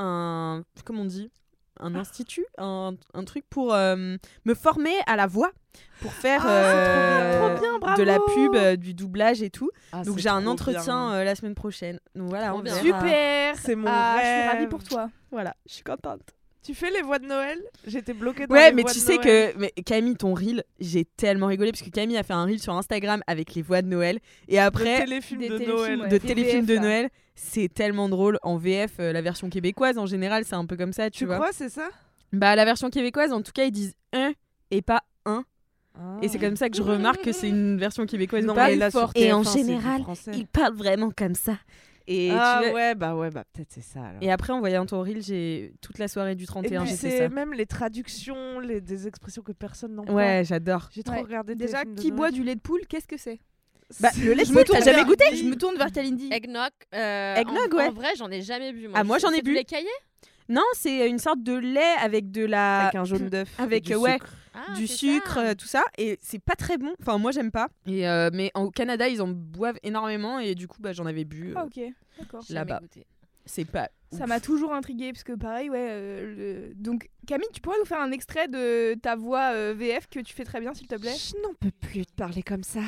S3: un, comment on dit, un institut, un, un truc pour euh, me former à la voix, pour faire
S2: Ah, c'est trop bien,
S3: euh,
S2: trop bien, bravo.
S3: de la pub, euh, du doublage et tout.
S2: Ah,
S3: Donc
S2: c'est
S3: j'ai un
S2: trop
S3: entretien
S2: bien.
S3: euh, la semaine prochaine. Donc voilà,
S1: Trop
S3: on
S1: bien.
S3: verra.
S5: Super
S2: C'est mon
S5: Ah, je suis
S2: rêve.
S5: ravie pour toi.
S3: Voilà, je suis contente.
S2: Tu fais les voix de Noël J'étais bloquée. Dans
S3: Ouais,
S2: les
S3: mais
S2: voix
S3: tu
S2: de
S3: sais
S2: Noël.
S3: que mais Camille, ton reel, j'ai tellement rigolé parce que Camille a fait un reel sur Instagram avec les voix de Noël et
S2: de
S3: après
S2: téléfilms
S5: Des
S2: de
S5: téléfilms,
S2: Noël.
S5: ouais.
S3: de
S5: Des
S3: téléfilms
S5: VF,
S3: de
S5: là.
S3: Noël, c'est tellement drôle en VF, euh, la version québécoise en général, c'est un peu comme ça, tu,
S2: Tu
S3: vois.
S2: crois c'est ça
S3: bah la version québécoise, en tout cas, ils disent un et pas un et c'est
S2: Ah.
S3: comme ça que je remarque que c'est une version québécoise.
S2: Non,
S3: pas
S2: mais là, sur
S3: forte.
S2: TF1, c'est du français.
S3: parlent vraiment comme ça. Et
S2: Ah
S3: tu vois-
S2: ouais, bah ouais, bah peut-être c'est ça. alors.
S3: Et après, en voyant ton reel, j'ai toute la soirée du
S2: Et
S3: 31,
S2: puis
S3: j'ai fait
S2: c'est
S3: ça.
S2: même les traductions, les, des expressions que personne n'entend.
S3: Ouais, j'adore.
S2: J'ai trop
S5: Ouais.
S2: regardé des
S5: Déjà,
S2: films de
S5: qui
S2: Noël.
S5: boit du lait de poule, qu'est-ce que c'est
S3: Bah,
S2: C'est-
S3: le lait
S2: je
S3: de poule,
S2: me
S3: t'as
S2: tourne
S3: jamais
S2: vers-
S3: goûté
S5: Je me tourne vers Kalindi.
S1: Eggnog. euh,
S3: Eggnog,
S1: en,
S3: ouais.
S1: En vrai, j'en ai jamais bu. Moi.
S3: Ah, moi, j'en ai
S1: C'est du
S3: bu.
S1: lait caillé
S3: Ah, Non, c'est une sorte de lait avec de la.
S6: Avec un jaune d'œuf. et
S3: avec,
S6: du
S3: euh, ouais,
S6: sucre.
S1: Ah,
S3: du
S1: c'est
S3: sucre,
S1: ça.
S3: euh, tout ça. Et c'est pas très bon. Enfin, moi, j'aime pas. Et, euh, mais en- au Canada, ils en boivent énormément. Et du coup, bah, j'en avais bu. euh,
S5: Ah, ok, d'accord.
S1: J'ai jamais
S3: là-bas.
S1: goûté.
S3: C'est pas.
S5: Ça
S3: ouf. (laughs)
S5: m'a toujours intrigué parce que pareil, ouais. euh, le- Donc Camille, tu pourrais nous faire un extrait de ta voix euh, VF que tu fais très bien, s'il te plaît.
S6: Je n'en peux plus de parler comme ça.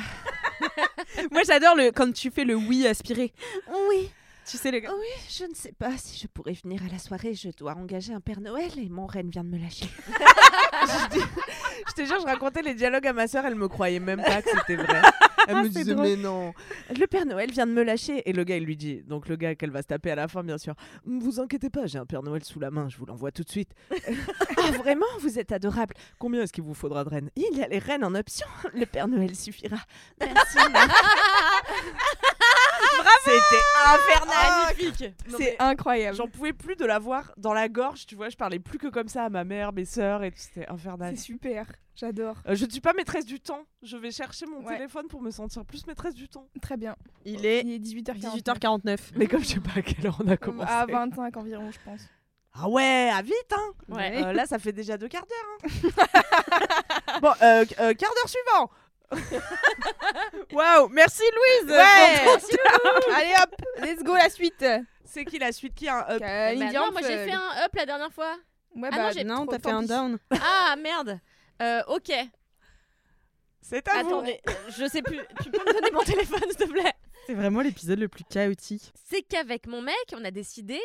S3: Moi, j'adore le quand tu fais le oui aspiré.
S6: Oui,
S3: Tu sais, le gars.
S6: oui, je ne sais pas si je pourrais venir à la soirée. Je dois engager un Père Noël et mon reine vient de me lâcher.
S2: Je te jure, je racontais les dialogues à ma sœur, elle me croyait même pas que c'était vrai. Elle me
S6: C'est
S2: disait,
S6: drôle.
S2: mais non, le Père Noël vient de me lâcher. Et le gars, il lui dit, donc le gars qu'elle va se taper à la fin, bien sûr, vous inquiétez pas, j'ai un Père Noël sous la main, je vous l'envoie tout de suite.
S6: Ah, vraiment, vous êtes adorable.
S2: Combien est-ce qu'il vous faudra de reines
S6: Il y a les reines en option. Le Père Noël suffira. Merci.
S2: C'était infernal
S1: Magnifique. Ah, Non,
S5: C'est
S1: mais-
S5: incroyable.
S2: J'en pouvais plus de la voir dans la gorge, tu vois, je parlais plus que comme ça à ma mère, mes sœurs, et tout, c'était infernal.
S5: C'est super, j'adore.
S2: Euh, je ne suis pas maîtresse du temps, je vais chercher mon
S5: Ouais.
S2: téléphone pour me sentir plus maîtresse du temps.
S5: Très bien.
S3: Il est
S5: Il est 18h40.
S3: 18h49.
S2: Mais comme je sais pas à quelle heure on
S1: Ah,
S2: a commencé.
S5: À 25 environ, je pense.
S2: Ah ouais, à vite, hein
S1: Ouais.
S2: Euh, Là, ça fait déjà deux quarts d'heure.
S1: (laughs)
S2: hein. bon, euh, euh, quart d'heure suivant
S1: (laughs)
S3: Waouh, merci Louise.
S1: Bah,
S2: Ouais.
S3: pour ton-
S5: Allez hop, let's go la suite.
S2: C'est qui la suite qui a un up
S5: Camille
S1: Bah non, moi j'ai
S5: Dianf,
S1: fait un up la dernière fois.
S5: euh, ouais,
S1: Ah
S5: bah,
S1: non, j'ai
S3: non,
S5: trop-
S3: t'as fait
S5: tant
S3: un
S5: pis.
S3: down.
S1: Ah merde. Euh, ok.
S2: C'est à vous
S1: Attendez, euh, je sais plus. Tu peux me donner mon téléphone, s'il te plaît
S3: C'est vraiment l'épisode le plus chaotique.
S1: c'est qu'avec mon mec, on a décidé,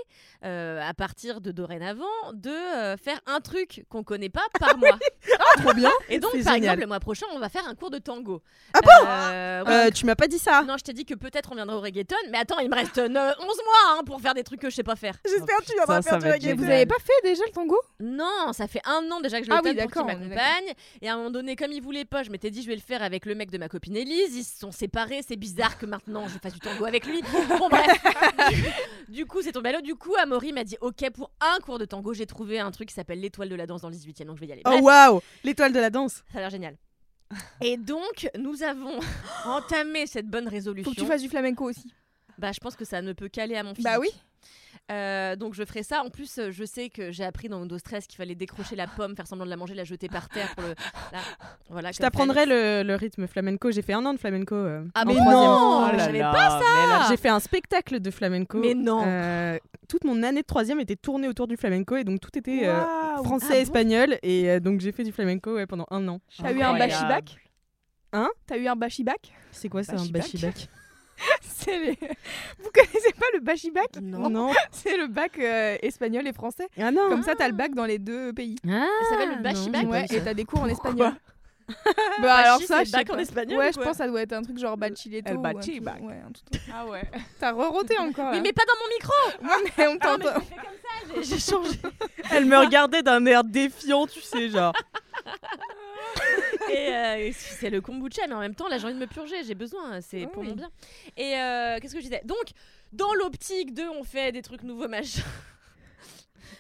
S1: euh, à partir de dorénavant, de euh, faire un truc qu'on connaît pas
S3: (laughs)
S1: par mois.
S3: Ah, Trop bien.
S1: Et donc,
S3: C'est
S1: par
S3: génial.
S1: exemple, le mois prochain, on va faire un cours de tango. Ah bon
S3: Euh, tu m'as pas dit ça.
S1: (laughs) Non, je t'ai dit que peut-être on viendra au reggaeton, mais attends, il me reste euh, 11 mois hein, pour faire des trucs que je sais pas faire.
S2: J'espère que tu viendras faire
S3: putain, ça
S2: du
S3: va être
S5: Mais
S2: reggae.
S5: vous
S3: Génial.
S5: avez pas fait déjà le tango
S1: Non, ça fait un an déjà que je le
S5: Ah
S1: tâte
S5: oui,
S1: pour qu'il
S5: d'accord, on est
S1: m'accompagne. Et à un moment donné, comme il voulait pas, je m'étais dit je vais le faire avec le mec de ma copine Elise. Ils se sont séparés. C'est bizarre que maintenant je fasse du tango avec lui. Bon bref.
S5: (laughs)
S1: du, du coup, c'est tombé à l'eau. Du coup, Amaury m'a dit ok pour un cours de tango. J'ai trouvé un truc qui s'appelle l'étoile de la danse dans le 18e. Donc je vais y aller.
S5: Ah
S3: Oh
S1: Bref,
S3: waouh, l'étoile de la danse.
S1: Ça a l'air
S5: (laughs)
S1: génial. Et donc, nous avons (laughs) entamé cette bonne résolution.
S5: Faut que tu fasses du flamenco aussi.
S1: Bah, je pense que ça ne peut caler à mon physique.
S5: Bah oui.
S1: Euh, donc je ferai ça. En plus, euh, je sais que j'ai appris dans Undo Stress qu'il fallait décrocher la pomme, faire semblant de la manger, la jeter par terre pour le. la- Voilà.
S3: Je
S1: comme
S3: t'apprendrai
S1: Félix.
S3: le, le rythme flamenco. J'ai fait un an de flamenco. euh,
S1: Ah
S3: en
S1: mais
S3: troisième.
S1: non,
S2: Oh
S1: je
S2: là
S1: savais
S2: là,
S1: pas
S2: mais là,
S1: ça.
S3: J'ai fait un spectacle de flamenco.
S1: Mais non.
S3: Euh, toute mon année de troisième était tournée autour du flamenco et donc tout était euh,
S2: Waouh.
S3: français,
S1: Ah bon
S3: espagnol et euh, donc j'ai fait du flamenco ouais, pendant un an.
S5: T'as eu un
S2: Incroyable.
S5: bachibac
S3: Hein
S5: T'as eu un bachibac (laughs)
S3: C'est quoi ça un
S2: Bachibac
S3: bachibac
S5: C'est les- Vous connaissez pas le bachibac
S1: Non.
S3: (laughs) Non.
S5: C'est le bac euh, espagnol et français.
S3: Ah non.
S5: Comme ça, t'as le bac dans les deux pays.
S1: Ça s'appelle le bachibac.
S5: ouais, et t'as des cours en espagnol.
S1: (laughs)
S5: bah
S1: Bachi,
S5: alors ça,
S1: c'est
S5: je
S1: bac
S5: sais
S1: en
S5: pas.
S1: espagnol ou
S5: Ouais, je
S1: quoi
S5: pense que ça doit être un truc genre bachileto.
S2: El
S5: ou un
S2: bachibac.
S5: truc- Ouais, un tout truc.
S2: Ah ouais.
S5: T'as reroté encore. hein.
S1: Oui,
S5: là.
S1: mais pas dans mon micro.
S5: Ouais, mais on t'entend.
S1: J'ai changé.
S3: Elle me regardait d'un air défiant, tu sais, genre.
S1: Et euh, c'est le kombucha, mais en même temps, là, j'ai envie de me purger. J'ai besoin. C'est pour
S5: Oui.
S1: mon bien. Et euh, qu'est-ce que je disais Donc, dans l'optique de, on fait des trucs nouveaux, machin.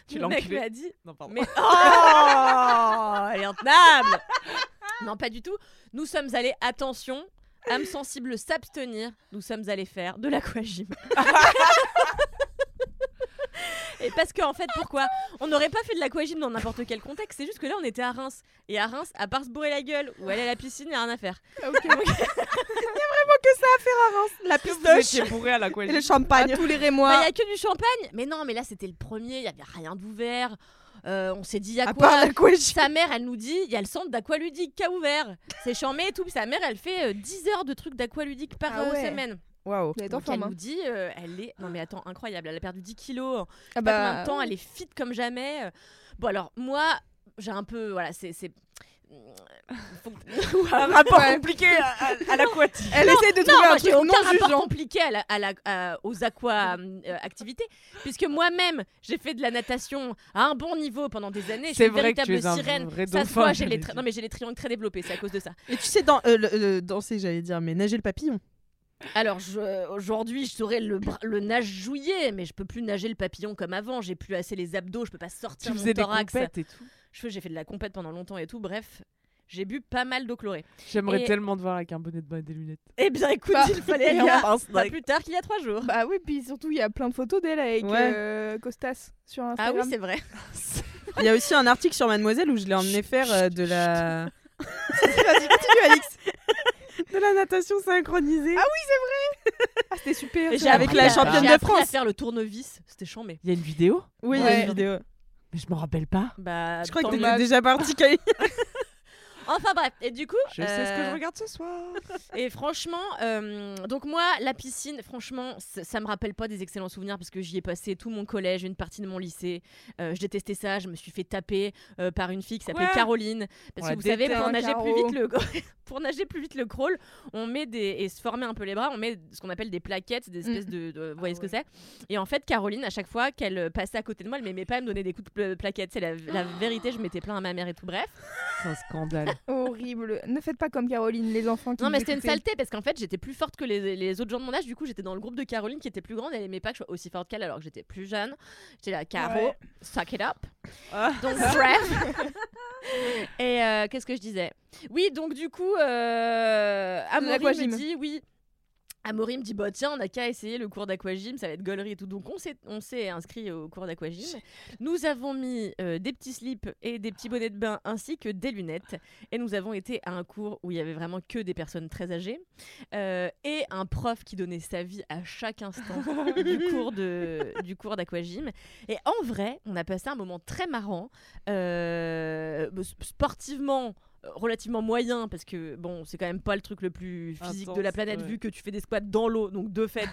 S2: Tu
S1: Mon
S2: l'as
S1: mec
S2: enculé.
S1: m'a dit
S2: Non, pardon.
S1: Mais oh, elle est intenable. Non, pas du tout. Nous sommes allés, attention, âme sensible s'abstenir. Nous sommes allés faire de (laughs) l'aquagym. Et parce qu'en fait, pourquoi On n'aurait pas fait de l'aquagym dans n'importe quel contexte. C'est juste que là, on était à Reims. Et à Reims, à part se bourrer la gueule ou aller à la piscine, il n'y a rien à faire.
S3: La
S2: Vous étiez bourré à la
S3: et le champagne.
S5: Tous les
S1: Bah, Il
S5: Rémois.
S1: n'y a que du champagne. Mais non, mais là, c'était le premier. Il n'y avait rien d'ouvert. Euh, on s'est dit, il y a
S3: À
S1: quoi
S3: part la couette.
S1: Sa mère, elle nous dit, il y a le centre d'aqualudique qui a ouvert. C'est chambé et tout. Sa mère, elle fait euh, 10 heures de trucs d'aqualudique par
S5: Ah
S1: euh,
S5: ouais.
S1: semaine.
S3: Waouh.
S5: Vous êtes en
S1: Donc elle
S5: forme. hein.
S1: nous dit, euh, elle est... Non mais attends, incroyable, elle a perdu 10 kilos.
S5: Ah
S1: Bah... Pas combien de temps,
S5: ouais.
S1: elle est fit comme jamais. Euh, Bon alors, moi, j'ai un peu... Voilà, c'est... c'est- Faut que-
S2: Un rapport
S5: Ouais.
S2: compliqué à, à- à l'aquatique.
S5: Elle essaie de
S1: Non,
S5: trouver
S1: moi,
S5: un
S1: j'ai
S5: truc
S1: aucun
S5: non
S1: rapport
S5: jugeant.
S1: compliqué à la- à la- à- aux aqua-activités, puisque moi-même, j'ai fait de la natation à un bon niveau pendant des années. Je suis
S2: C'est
S1: une
S2: vrai que
S1: véritable
S2: tu es un
S1: sirène.
S2: vrai
S1: ça se
S2: dauphin,
S1: voit, j'ai
S2: j'allais
S1: les tra-
S2: dire.
S1: non, mais j'ai les triangles très développés, c'est à cause de ça.
S3: Et tu sais, dans, euh, le- le- danser, j'allais dire, mais nager le papillon.
S1: Alors je- aujourd'hui, je saurais le, bra- le nage jouillet, mais je peux plus nager le papillon comme avant. J'ai plus assez les abdos, je peux pas sortir
S2: Tu
S1: mon
S2: faisais des
S1: thorax.
S2: compètes et tout.
S1: Je fais- J'ai fait de la compète pendant longtemps et tout. Bref, J'ai bu pas mal d'eau chlorée.
S2: J'aimerais
S1: Et-
S2: tellement te voir avec un bonnet de bain et des lunettes.
S1: Eh bien, écoute,
S5: Bah,
S1: il fallait
S5: (laughs) il y
S1: aller
S5: a
S1: à- pas plus tard qu'il y a trois jours.
S5: Bah oui, puis surtout, il y a plein de photos d'elle avec
S3: Ouais.
S5: euh, Costas sur
S1: Ah
S5: Bah, Instagram.
S1: oui, c'est vrai.
S3: Il y a aussi un article sur Mademoiselle où je l'ai emmené faire euh, de la. (laughs) Vas-y, continue, Alix. De la natation synchronisée. Ah oui,
S5: Ah, c'était super.
S1: Et
S5: ça.
S1: j'ai
S3: Avec
S1: appris
S3: la
S1: à-
S3: championne
S1: j'ai
S3: de
S1: appris à
S3: France.
S1: faire le tournevis, c'était chambé.
S2: Il y a une vidéo
S3: Oui, il y a
S5: Ouais.
S3: une vidéo.
S2: Mais je m'en rappelle pas.
S1: Bah,
S3: Je crois que
S1: tant
S3: t'étais
S1: mieux.
S3: déjà parti, Camille.
S1: Enfin bref, et du coup.
S2: Je sais ce que je
S1: euh,
S2: regarde ce soir.
S1: Et franchement, euh, donc moi, la piscine, franchement, c- ça me rappelle pas des excellents souvenirs parce que j'y ai passé tout mon collège, une partie de mon lycée. Euh, je détestais ça, je me suis fait taper euh, par une fille qui s'appelait
S2: Quoi
S1: Caroline. Parce que
S2: On la
S1: vous savez, pour
S5: déteste,
S1: nager, plus
S5: Caro.
S1: vite le... (laughs) pour nager plus vite le crawl, on met des... et se former un peu les bras, on met ce qu'on appelle des plaquettes, des
S5: Mm.
S1: espèces de... de- Vous voyez
S5: Ah
S1: ce que c'est Et en fait, Caroline, à chaque fois qu'elle euh, passait à côté de moi, elle m'aimait pas, elle me donnait des coups de pla- plaquettes. C'est la, la vérité, je mettais plein à ma mère et tout, bref.
S2: C'est un (laughs) scandale.
S5: Horrible. Ne faites pas comme Caroline, les enfants qui
S1: Non,
S5: nous
S1: mais c'était une
S5: écoutez.
S1: saleté parce qu'en fait, j'étais plus forte que les, les autres gens de mon âge. Du coup, j'étais dans le groupe de Caroline qui était plus grande. Elle aimait pas que je sois aussi forte qu'elle alors que j'étais plus jeune. J'étais là, Caro,
S5: Ouais.
S1: suck it up.
S2: Ah.
S1: Donc, bref. (laughs) Et euh, qu'est-ce que je disais Oui, donc du coup, euh, Amaury
S5: l'aquagym.
S1: me dit oui. Amaury me dit bah tiens on a qu'à essayer le cours d'aquagym ça va être gaulerie et tout donc on s'est on s'est inscrit au cours d'aquagym nous avons mis euh, des petits slips et des petits bonnets de bain ainsi que des lunettes et nous avons été à un cours où il y avait vraiment que des personnes très âgées euh, et un prof qui donnait sa vie à chaque
S3: (laughs)
S1: instant du cours de du cours d'aquagym et en vrai on a passé un moment très marrant euh, s- sportivement euh, relativement moyen parce que bon c'est quand même pas le truc le plus physique de la
S2: Intense,
S1: planète
S2: ouais.
S1: vu que tu fais des squats dans l'eau donc de
S3: (laughs)
S1: fait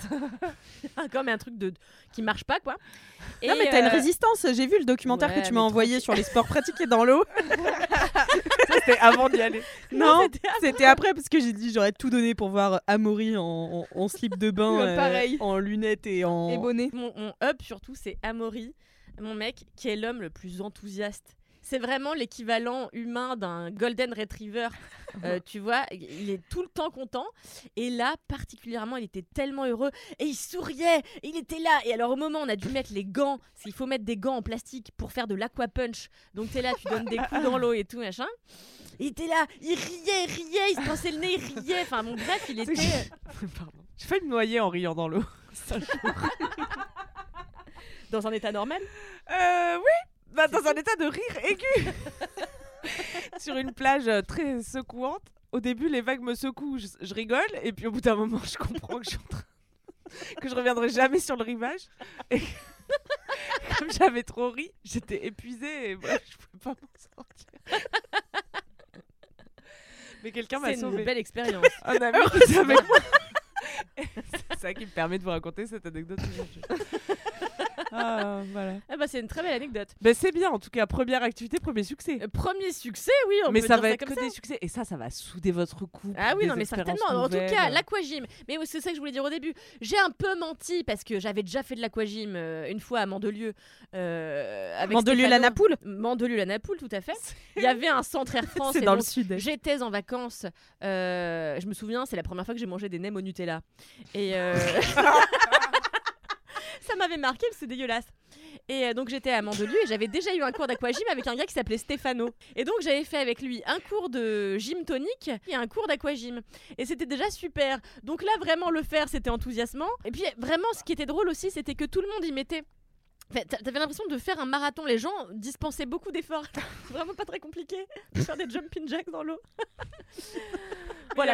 S1: (laughs) comme un truc de qui marche pas quoi
S3: Non,
S1: Et,
S3: mais t'as une
S1: euh,
S3: résistance. J'ai vu le documentaire
S1: ouais,
S3: que tu
S1: mais
S3: m'as envoyé sur les sports pratiqués dans (laughs) l'eau.
S2: C'était avant d'y aller.
S3: Non, c'était après parce que j'ai dit j'aurais tout donné pour voir Amaury en, en- en slip de bain, euh,
S5: Ouais, pareil.
S3: en lunettes et en.
S5: Et bonnet.
S1: mon, mon up surtout, c'est Amaury, mon mec, qui est l'homme le plus enthousiaste. C'est vraiment l'équivalent humain d'un golden (laughs) retriever. Euh, tu vois, il est tout le temps content. Et là, particulièrement, il était tellement heureux. Et il souriait. Il était là. Et alors, au moment, on a dû mettre les gants. Parce qu'il faut mettre des gants en plastique pour faire de l'aquapunch. Donc, t'es là, tu donnes des coups dans l'eau et tout, machin. Il était là. Il riait, il riait. Il se pinçait le nez, il riait. Enfin, bon, bref, il était.
S2: (laughs) Pardon. J'ai failli me noyer en riant (laughs) dans l'eau.
S1: Dans un état normal.
S2: Euh, oui, bah, dans un état de rire aigu. (laughs) Sur une plage euh, très secouante. Au début, les vagues me secouent, je, je rigole, et puis au bout d'un moment, je comprends que je suis en train. (laughs) que je reviendrai jamais sur le rivage. Et (laughs) comme j'avais trop ri, j'étais épuisée et bref, je pouvais pas m'en sortir. (laughs) Mais quelqu'un
S1: C'est
S2: m'a
S1: une
S2: sauvée.
S1: belle expérience.
S2: Un ami qui était avec moi. (laughs) Et C'est ça qui me permet de vous raconter cette anecdote (laughs) aujourd'hui. Ah, voilà.
S1: (laughs) Ah bah, c'est une très belle anecdote.
S2: Ben c'est bien, en tout cas, première activité, premier succès.
S1: Euh, Premier succès, oui, on
S2: mais
S1: peut
S2: ça
S1: dire
S2: va être
S1: comme
S2: que
S1: ça.
S2: des succès. Et ça, ça va souder votre couple.
S1: Ah oui,
S2: des
S1: non, mais
S2: expériences
S1: certainement. En tout cas,
S2: nouvelles. (laughs)
S1: l'aquagym. Mais oui, c'est ça que je voulais dire au début. J'ai un peu menti parce que j'avais déjà fait de l'aquagym euh, une fois à Mandelieu. euh, avec
S3: Mandelieu la
S1: Stéphano.
S3: Napoule
S1: Mandelieu la Napoule, tout à fait.
S2: (laughs)
S1: Il y avait un centre Air France.
S3: C'est
S1: et
S3: dans
S1: donc,
S3: le sud.
S1: J'étais en vacances. euh, je me souviens, c'est la première fois que j'ai mangé des nems au Nutella. Et euh, ça m'avait marqué parce que c'est dégueulasse. Et euh, donc j'étais à Mandelieu et j'avais déjà eu un cours d'aquagym avec un gars qui s'appelait Stéphano. Et donc j'avais fait avec lui un cours de gym tonique et un cours d'aquagym. Et c'était déjà super. Donc là vraiment le faire c'était enthousiasmant. Et puis vraiment ce qui était drôle aussi c'était que tout le monde y mettait. Enfin, t'a- T'avais l'impression de faire un marathon. Les gens dispensaient beaucoup d'efforts. (laughs) C'est vraiment pas très compliqué de faire des jumping jacks dans l'eau.
S2: Voilà,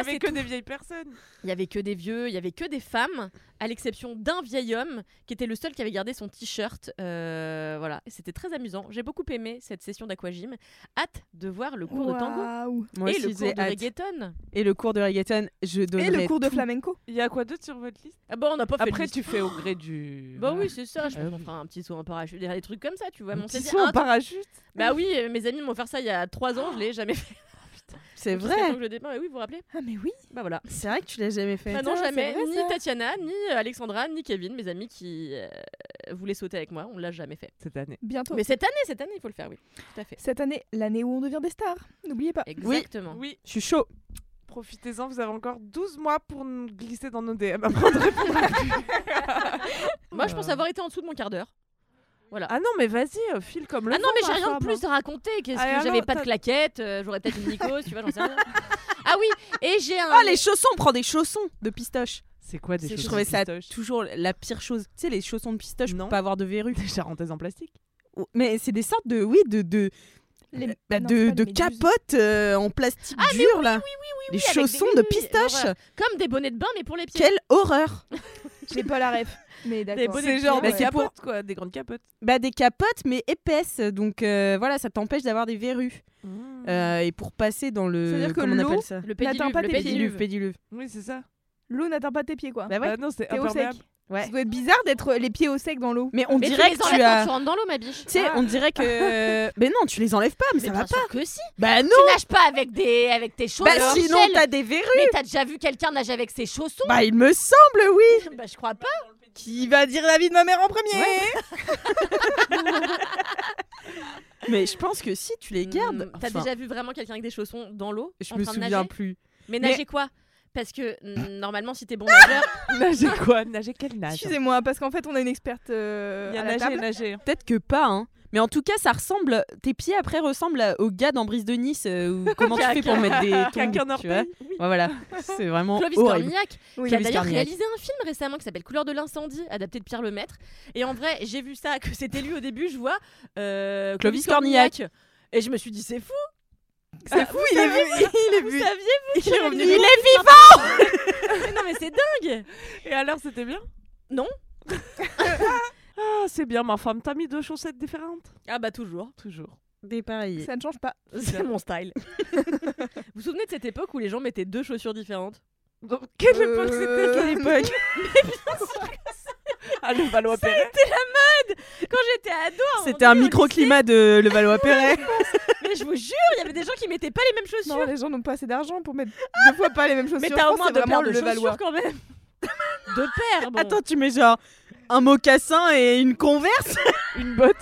S1: voilà,
S2: avec
S1: c'est
S2: que des vieilles personnes.
S1: il y avait que des vieux, il y avait que des femmes, à l'exception d'un vieil homme qui était le seul qui avait gardé son t-shirt. Euh, voilà, Et c'était très amusant. J'ai beaucoup aimé cette session d'aquagym. Hâte de voir le cours de tango
S5: Waouh.
S3: Moi
S1: et
S3: aussi,
S1: le
S3: j'ai
S1: cours de
S3: hâte.
S1: reggaeton.
S3: Et le cours de reggaeton, je donnerais
S5: Et le cours de
S3: tout.
S5: flamenco.
S2: Il y a quoi d'autre sur votre liste
S1: Ah bon, on n'a pas fait.
S2: Après,
S1: le
S2: tu fais au gré du.
S1: Bah
S2: voilà.
S1: oui, c'est ça. Je
S2: Ah
S1: pense qu'on
S2: oui.
S1: fera un petit saut en parachute, des des trucs comme ça, tu vois.
S2: Un
S1: mais on
S2: petit
S1: s'est dit,
S2: saut en
S1: ah,
S2: parachute.
S1: bah oui, euh, mes amis m'ont fait ça il y a trois ans. Je l'ai jamais fait.
S3: C'est
S1: Parce qu'il faut
S3: vrai.
S1: que je dépeins. Mais oui, vous vous rappelez
S5: Ah, mais oui.
S1: Bah voilà.
S3: C'est vrai que tu l'as jamais fait.
S1: Bah non,
S5: Putain,
S1: jamais.
S5: c'est vrai,
S1: ni
S5: ça.
S1: Tatiana, ni euh, Alexandra, ni Kevin, mes amis qui euh, voulaient sauter avec moi, on l'a jamais fait.
S2: Cette année.
S5: Bientôt.
S1: Mais cette année, cette année, il faut le faire, oui. Tout à fait.
S5: Cette année, l'année où on devient des stars. N'oubliez pas.
S1: Exactement.
S2: Oui,
S3: Je suis chaud.
S2: profitez-en, vous avez encore 12 mois pour nous glisser dans nos DM avant de répondre à la pub.
S3: Euh,
S1: Moi, je pense avoir été en dessous de mon quart d'heure. Voilà.
S2: (laughs) Ah non, mais vas-y, euh, file comme le
S1: ah non, mais
S2: vent,
S1: j'ai rien
S2: ma
S1: de
S2: femme,
S3: hein.
S1: plus à raconter. Qu'est-ce
S2: Ah,
S1: que j'avais
S2: alors,
S1: pas de
S2: t'as-
S1: claquettes, euh, j'aurais peut-être une mycose, tu vois, j'en sais
S3: (laughs)
S1: rien. Ah oui, et j'ai un.
S3: Ah, les chaussons, prends des chaussons de pistoche.
S2: hein. C'est quoi des
S3: C'est-
S2: choses
S3: Je trouvais
S2: de
S3: ça
S2: pistoche
S3: toujours la pire chose. Tu sais, les chaussons de pistoche
S2: Non.
S3: pour pas avoir de verrues.
S2: Des charentaises en plastique
S3: Ou- Mais c'est des sortes de, oui, de, de,
S5: Les-
S3: bah, de,
S5: non, c'est pas
S3: de
S5: les méduses.
S3: capotes euh, en plastique
S1: Ah,
S3: dur, là. les
S1: avec des-
S3: chaussons
S1: oui,
S3: de
S1: oui, oui,
S3: pistoche.
S1: l'horreur. Comme des bonnets de bain, mais pour les pieds.
S3: Quelle
S1: (laughs)
S3: horreur
S5: J'ai pas la ref. Mais
S1: Des
S5: d'accord.
S1: bonnets
S2: Ah bah, C'est
S1: de
S2: genre
S1: pied,
S2: des
S1: ouais.
S3: c'est pour-
S2: capotes, quoi, des grandes capotes.
S3: Bah des capotes mais épaisses, donc euh, voilà, ça t'empêche d'avoir des verrues.
S1: Mmh.
S3: Euh, et pour passer dans le...
S5: C'est-à-dire que
S3: comment on
S5: l'eau
S3: appelle ça
S1: Le
S5: N'atteins
S1: pédiluve,
S5: pas
S1: le
S5: tes pieds.
S3: Pédiluve,
S1: pédiluve.
S3: pédiluve.
S2: Oui, c'est ça.
S5: L'eau n'atteint pas tes pieds,
S1: Hein
S5: quoi.
S3: Bah ouais.
S2: Ah non, c'est
S5: T'es au sec.
S2: imperméable.
S3: Ouais.
S5: Ça doit être bizarre d'être euh, les pieds au sec dans l'eau.
S3: Mais on
S1: Mais tu
S3: dirait
S1: les
S3: que tu
S1: enlèves quand
S3: as...
S1: tu rentres dans l'eau, ma biche. Ah.
S3: Tu sais, on
S1: (laughs)
S3: dirait que... mais non, tu les enlèves pas, mais,
S1: Mais
S3: ça
S1: bien
S3: va pas.
S1: sûr que si.
S3: Bah non
S1: Tu nages pas avec des avec tes chaussons.
S3: Bah sinon
S1: Michel.
S3: t'as des verrues
S1: Mais t'as déjà vu quelqu'un nager avec ses chaussons
S3: Bah il me semble, oui
S1: Bah je crois pas.
S3: Qui va dire la vie de ma mère en premier (laughs) Mais je pense que si, tu les gardes...
S1: Hmm, T'as
S3: Enfin,
S1: déjà vu vraiment quelqu'un avec des chaussons dans l'eau
S3: Je
S1: en
S3: me
S1: train de
S3: souviens
S1: nager
S3: plus.
S1: Mais
S3: Mais- Ah.
S1: nager quoi Parce que n- normalement, si t'es bon nageur,
S2: Nager quoi Nager quelle nage
S5: Excusez-moi, parce qu'en fait, on a une experte euh,
S2: Il y a
S5: à la
S2: nager,
S5: table.
S2: nager.
S3: Peut-être que pas, hein. Mais en tout cas, ça ressemble. Tes pieds après ressemblent à- au gars dans Brise de Nice. euh, (laughs) ou comment tu fais pour mettre des tongs,
S2: Quelqu'un
S3: tu vois
S2: orteil
S3: Ouais, Voilà, c'est vraiment
S1: Clovis
S3: Ah horrible.
S1: Cornillac,
S3: Oui,
S1: qui a
S3: Clovis
S1: d'ailleurs
S3: Cornillac.
S1: réalisé un film récemment qui s'appelle Couleur de l'incendie, adapté de Pierre Lemaître. Et en vrai, j'ai vu ça, que c'était lui au début, je vois. euh,
S3: Clovis
S1: Clovis Cornillac. Et je me suis dit, c'est fou.
S3: C'est fou, il est vu. Il est
S1: Vous
S3: vu.
S1: saviez
S3: Il est revenu.
S1: Il est
S3: vivant.
S1: (laughs) Mais Non, mais c'est dingue.
S2: Et alors, c'était bien
S1: Non.
S2: Ah, c'est bien, ma femme. T'as mis deux chaussettes différentes
S1: Ah bah toujours.
S2: Toujours.
S3: Dépareillé.
S5: Ça ne change pas.
S1: C'est mon style. (laughs) vous vous souvenez de cette époque où les gens mettaient deux chaussures différentes
S2: Donc, quelle
S5: Euh,
S2: époque c'était
S5: quelle
S2: époque Ah, le valois perret
S1: Quand j'étais ado, à moment
S3: C'était un
S1: donné, au
S3: microclimat de Levallois-Perret.
S1: lycée, (laughs) Mais je vous jure, il y avait des gens qui mettaient pas les mêmes chaussures.
S5: Non, les gens n'ont pas assez d'argent pour mettre deux fois pas les mêmes choses.
S1: mais t'as au moins deux paires de chaussures quand même. deux paires. Bon.
S3: Attends, tu mets genre un mocassin et une converse
S2: Une botte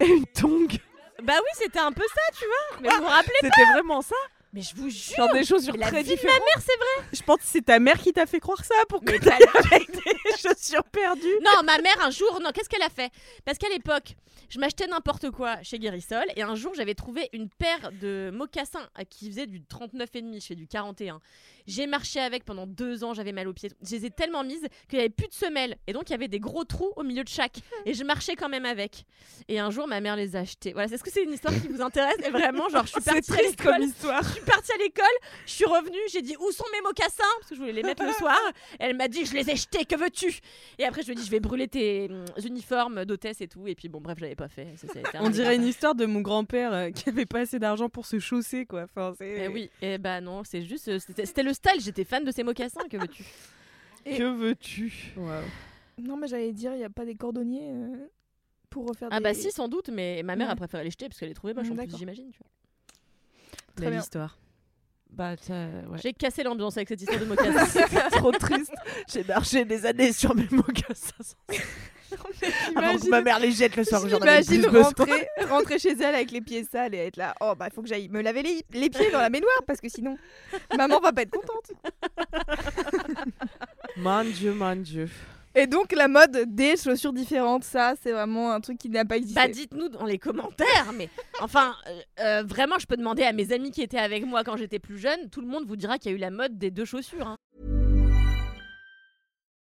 S2: et une tongue.
S1: Bah oui, c'était un peu ça, tu vois. Mais vous vous rappelez
S2: C'était vraiment ça
S1: Mais je vous jure.
S2: Genre des chaussures
S1: mais la
S2: très
S1: vie de
S2: différentes.
S1: ma mère, c'est vrai.
S3: Je pense que c'est ta mère qui t'a fait croire ça pour que
S1: Mais
S3: t'ailles avec des chaussures perdues.
S1: Non, ma mère, un jour, non, qu'est-ce qu'elle a fait Parce qu'à l'époque, je m'achetais n'importe quoi chez Guérissol et un jour, j'avais trouvé une paire de mocassins euh, qui faisait du 39,5 chez du 41. J'ai marché avec pendant deux ans, j'avais mal aux pieds. Je les ai tellement mises qu'il n'y avait plus de semelles et donc il y avait des gros trous au milieu de chaque. Et je marchais quand même avec. Et un jour, ma mère les a achetés. Voilà, c'est- est-ce que c'est une histoire qui vous intéresse Et vraiment, genre, je suis
S2: C'est
S1: partie à
S2: triste
S1: l'école.
S2: comme histoire.
S1: Je suis partie à l'école, je suis revenue, j'ai dit où sont mes mocassins Parce que je voulais les mettre le soir. Elle m'a dit je les ai jetés, que veux-tu Et après je lui ai dit je vais brûler tes hum, uniformes d'hôtesse et tout. Et puis bon, bref, j'avais pas fait. Ça, ça a été
S3: On
S1: un
S3: dirait une
S1: dégât.
S3: histoire de mon grand-père euh, qui avait pas assez d'argent pour se chausser, quoi. Enfin, c'est...
S1: Eh oui, eh bah non, c'est juste. euh, C'était c'était le style, j'étais fan de ces mocassins, que veux-tu
S5: Et-
S2: Que veux-tu
S5: Non, mais j'allais dire, il n'y a pas des cordonniers euh, pour refaire
S1: Ah
S5: des...
S1: bah si, sans doute, mais ma mère
S5: Ouais.
S1: a préféré les jeter parce qu'elle les trouvait moches
S5: Mm,
S1: en plus,
S5: d'accord.
S1: j'imagine. tu vois. (laughs)
S5: Très bien.
S3: histoire.
S2: Bah, ça, ouais.
S1: J'ai cassé l'ambiance avec cette histoire de
S2: (laughs)
S1: mocassins.
S2: C'était trop triste. J'ai marché des années sur mes mocassins. Avant que ma mère les jette le soir, j'en avais plus
S5: (laughs) J'imagine
S2: besoin.
S5: rentrer,
S1: (laughs)
S5: rentrer chez elle avec les pieds sales et être là. Oh bah il faut que j'aille me laver les, les pieds dans la baignoire parce que sinon maman va pas être contente.
S2: Mon dieu, mon dieu.
S5: Et donc la mode des chaussures différentes, ça c'est vraiment un truc qui n'a pas existé.
S1: Bah dites-nous dans les commentaires, mais (laughs) enfin, euh, euh, vraiment, je peux demander à mes amis qui étaient avec moi quand j'étais plus jeune, tout le monde vous dira qu'il y a eu la mode des deux chaussures. (laughs) hein.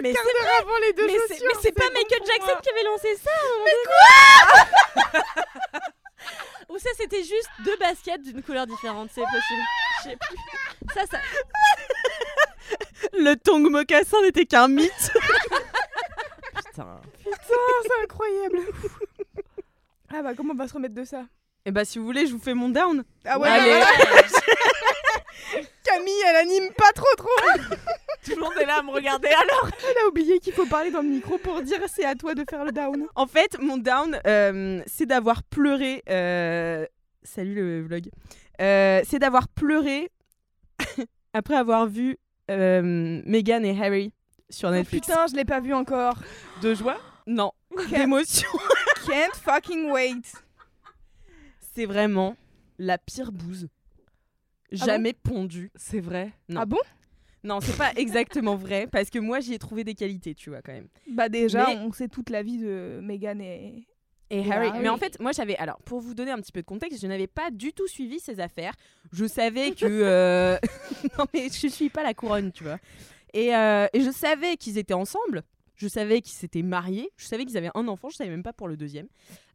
S1: Mais c'est vrai,
S5: avant les deux
S1: mais c'est-
S5: chaussures.
S1: mais c'est pas
S5: bon
S1: Michael
S5: pour
S1: Jackson
S5: moi.
S1: qui avait lancé ça à un moment donné. Ou ça c'était juste deux baskets d'une couleur différente, c'est possible. Je sais plus. Ça, ça.
S3: Le tong mocassin n'était qu'un mythe.
S2: Putain.
S5: Putain, c'est incroyable. (laughs) ah bah comment on va se remettre de ça
S3: Et bah si vous voulez, je vous fais mon down.
S5: Ah ouais, bah voilà. Camille, elle anime pas trop trop.
S2: Tout le monde est là à me regarder Ah alors.
S5: Elle a oublié qu'il faut parler dans le micro pour dire c'est à toi de faire le down.
S3: En fait, mon down, euh, c'est d'avoir pleuré. euh, Salut le vlog. Euh, c'est d'avoir pleuré (laughs) après avoir vu euh, Meghan et Harry sur
S5: Oh,
S3: Netflix.
S5: putain, je l'ai pas vu encore.
S2: De joie
S3: non, d'émotion.
S5: Can't fucking wait.
S3: (laughs) C'est vraiment la pire bouse.
S5: bon
S3: Jamais pondue.
S2: C'est vrai.
S3: Non.
S5: Ah bon
S3: Non, c'est pas exactement vrai, parce que moi j'y ai trouvé des qualités, tu vois, quand même.
S5: Bah déjà,
S3: Mais-
S5: on sait toute la vie de Meghan et...
S3: Et
S5: Et
S3: Harry.
S5: Harry.
S3: Mais en fait, moi j'avais. Alors, pour vous donner un petit peu de contexte, je n'avais pas du tout suivi ces affaires. Je savais (laughs) que. euh, non, mais je suis pas la couronne, tu vois. Et, euh, et je savais qu'ils étaient ensemble. Je savais qu'ils s'étaient mariés. Je savais qu'ils avaient un enfant. Je savais même pas pour le deuxième.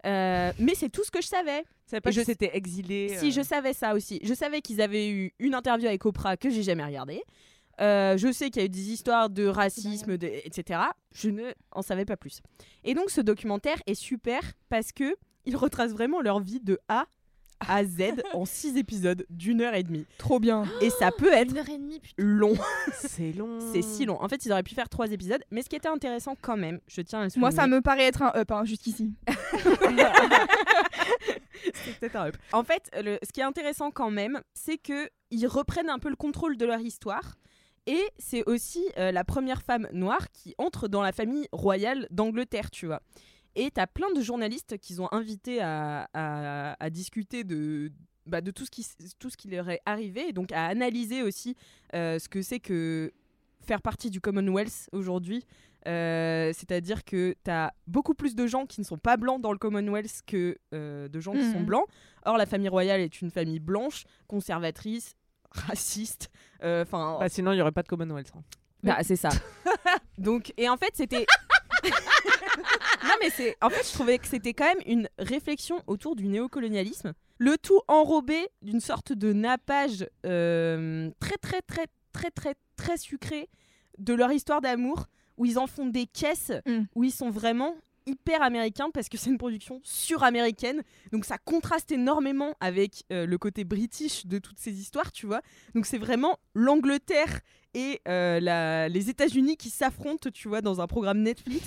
S3: Euh, mais c'est tout ce que je savais.
S2: Tu savais pas
S3: Et
S2: que
S3: je-
S2: c'était exilé. euh,
S3: Si, je savais ça aussi. Je savais qu'ils avaient eu une interview avec Oprah que j'ai jamais regardée. Euh, je sais qu'il y a eu des histoires de racisme, de- etc. Je ne en savais pas plus. Et donc, ce documentaire est super parce que il retrace vraiment leur vie de A à Z en six épisodes d'une heure et demie.
S5: Trop bien.
S3: Et ça peut être
S7: Une heure et demie, putain.
S3: long.
S2: C'est long.
S3: C'est si long. En fait, ils auraient pu faire trois épisodes, mais ce qui était intéressant quand même, je tiens à le
S5: Moi, ça
S3: souligner,
S5: me paraît être un up, hein, jusqu'ici.
S3: C'est peut-être un up. En fait, le- ce qui est intéressant quand même, c'est que ils reprennent un peu le contrôle de leur histoire. Et c'est aussi euh, la première femme noire qui entre dans la famille royale d'Angleterre, tu vois. Et t'as plein de journalistes qu'ils ont invités à, à- à discuter de, bah, de tout, ce qui, s- tout ce qui leur est arrivé, et donc à analyser aussi euh, ce que c'est que faire partie du Commonwealth aujourd'hui. Euh, C'est-à-dire que t'as beaucoup plus de gens qui ne sont pas blancs dans le Commonwealth que euh, de gens qui sont
S5: Mhm.
S3: blancs. Or, la famille royale est une famille blanche, conservatrice, raciste. euh, Enfin,
S2: Bah, sinon, il n'y aurait pas de Commonwealth. hein.
S3: bah, c'est ça. (laughs) Donc, et en fait, (laughs) c'était. non, mais c'est. En fait, je trouvais que c'était quand même une réflexion autour du néocolonialisme. Le tout enrobé d'une sorte de nappage euh, très, très, très, très, très, très sucré de leur histoire d'amour, où ils en font des caisses,
S5: Mm.
S3: où ils sont vraiment hyper américains parce que c'est une production suraméricaine donc ça contraste énormément avec euh, le côté british de toutes ces histoires tu vois donc c'est vraiment l'Angleterre et euh, la- les États-Unis qui s'affrontent, tu vois, dans un programme Netflix.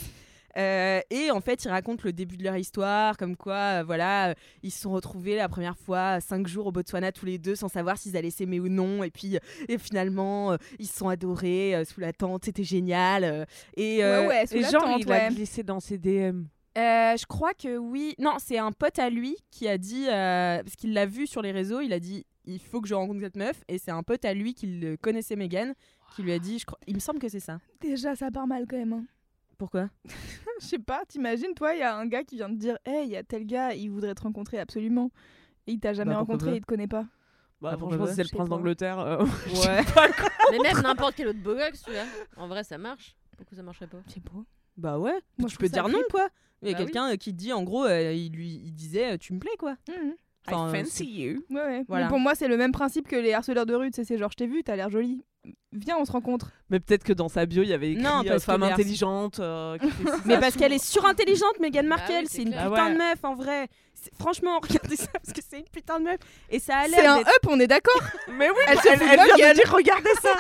S3: Euh, et en fait, ils racontent le début de leur histoire, comme quoi, euh, voilà, euh, ils se sont retrouvés la première fois euh, cinq jours au Botswana tous les deux, sans savoir s'ils allaient s'aimer ou non. Et puis, euh, et finalement, euh, ils se sont adorés euh, sous la tente, c'était génial. euh, et euh,
S5: ouais, ouais, sous
S2: Et
S5: la
S2: genre,
S5: tente,
S2: il
S5: ouais.
S2: a glissé dans ses DM.
S3: euh, je crois que oui. Non, c'est un pote à lui qui a dit, euh, parce qu'il l'a vu sur les réseaux, il a dit il faut que je rencontre cette meuf. Et c'est un pote à lui qui le connaissait Megan qui lui a dit, je crois, il me semble que c'est ça.
S5: Déjà, ça part mal quand même. hein.
S3: (laughs) Pourquoi
S5: Je sais pas, t'imagines, toi, il y a un gars qui vient te dire Hey, il y a tel gars, il voudrait te rencontrer absolument. Et il t'a jamais
S2: Bah, pourquoi
S5: rencontré,
S2: pas
S5: il te connaît pas.
S2: Bah,
S3: Ah, pourquoi
S2: franchement,
S3: pas
S2: si c'est
S5: Je
S2: le
S5: sais
S2: prince
S5: pas.
S2: d'Angleterre.
S3: Ouais.
S1: Mais même n'importe quel autre beau gosse, tu vois. En vrai, ça marche. Pourquoi ça marcherait pas
S5: C'est beau.
S3: Bah ouais.
S5: Moi,
S3: tu
S5: je
S3: peux
S5: trouve
S3: dire
S5: ça
S3: non quoi. Il y a
S1: Bah oui.
S3: quelqu'un euh, qui te dit en gros, euh, il lui il disait euh, tu me plais quoi.
S5: Mmh.
S3: Enfin, euh, c'est-
S2: you.
S5: Ouais, ouais. Mais
S3: Voilà.
S5: pour moi, c'est le même principe que les harceleurs de rue. Tu sais, c'est genre, je t'ai vu, t'as l'air jolie. Viens, on se rencontre.
S2: Mais peut-être que dans sa bio, il y avait écrit
S3: Non,
S2: euh,
S3: parce que
S2: femme
S3: les harc-
S2: intelligente. euh, qui fait ci,
S3: Mais
S2: ça,
S3: parce
S2: ça.
S3: qu'elle est surintelligente, Meghan Markle,
S1: oui,
S3: Bah c'est
S1: c'est
S3: une
S1: clair.
S3: putain
S2: Ah ouais.
S3: de meuf en vrai. C'est- Franchement, (laughs) regardez ça parce que c'est une putain de meuf et ça a l'air.
S5: C'est un
S3: (laughs) d'être-
S5: up, on est d'accord
S2: Mais oui,
S5: Elle
S2: mais
S5: se
S2: elle,
S5: fout de
S2: elle
S5: ma
S2: vient de
S5: gueule.
S2: dire regardez ça.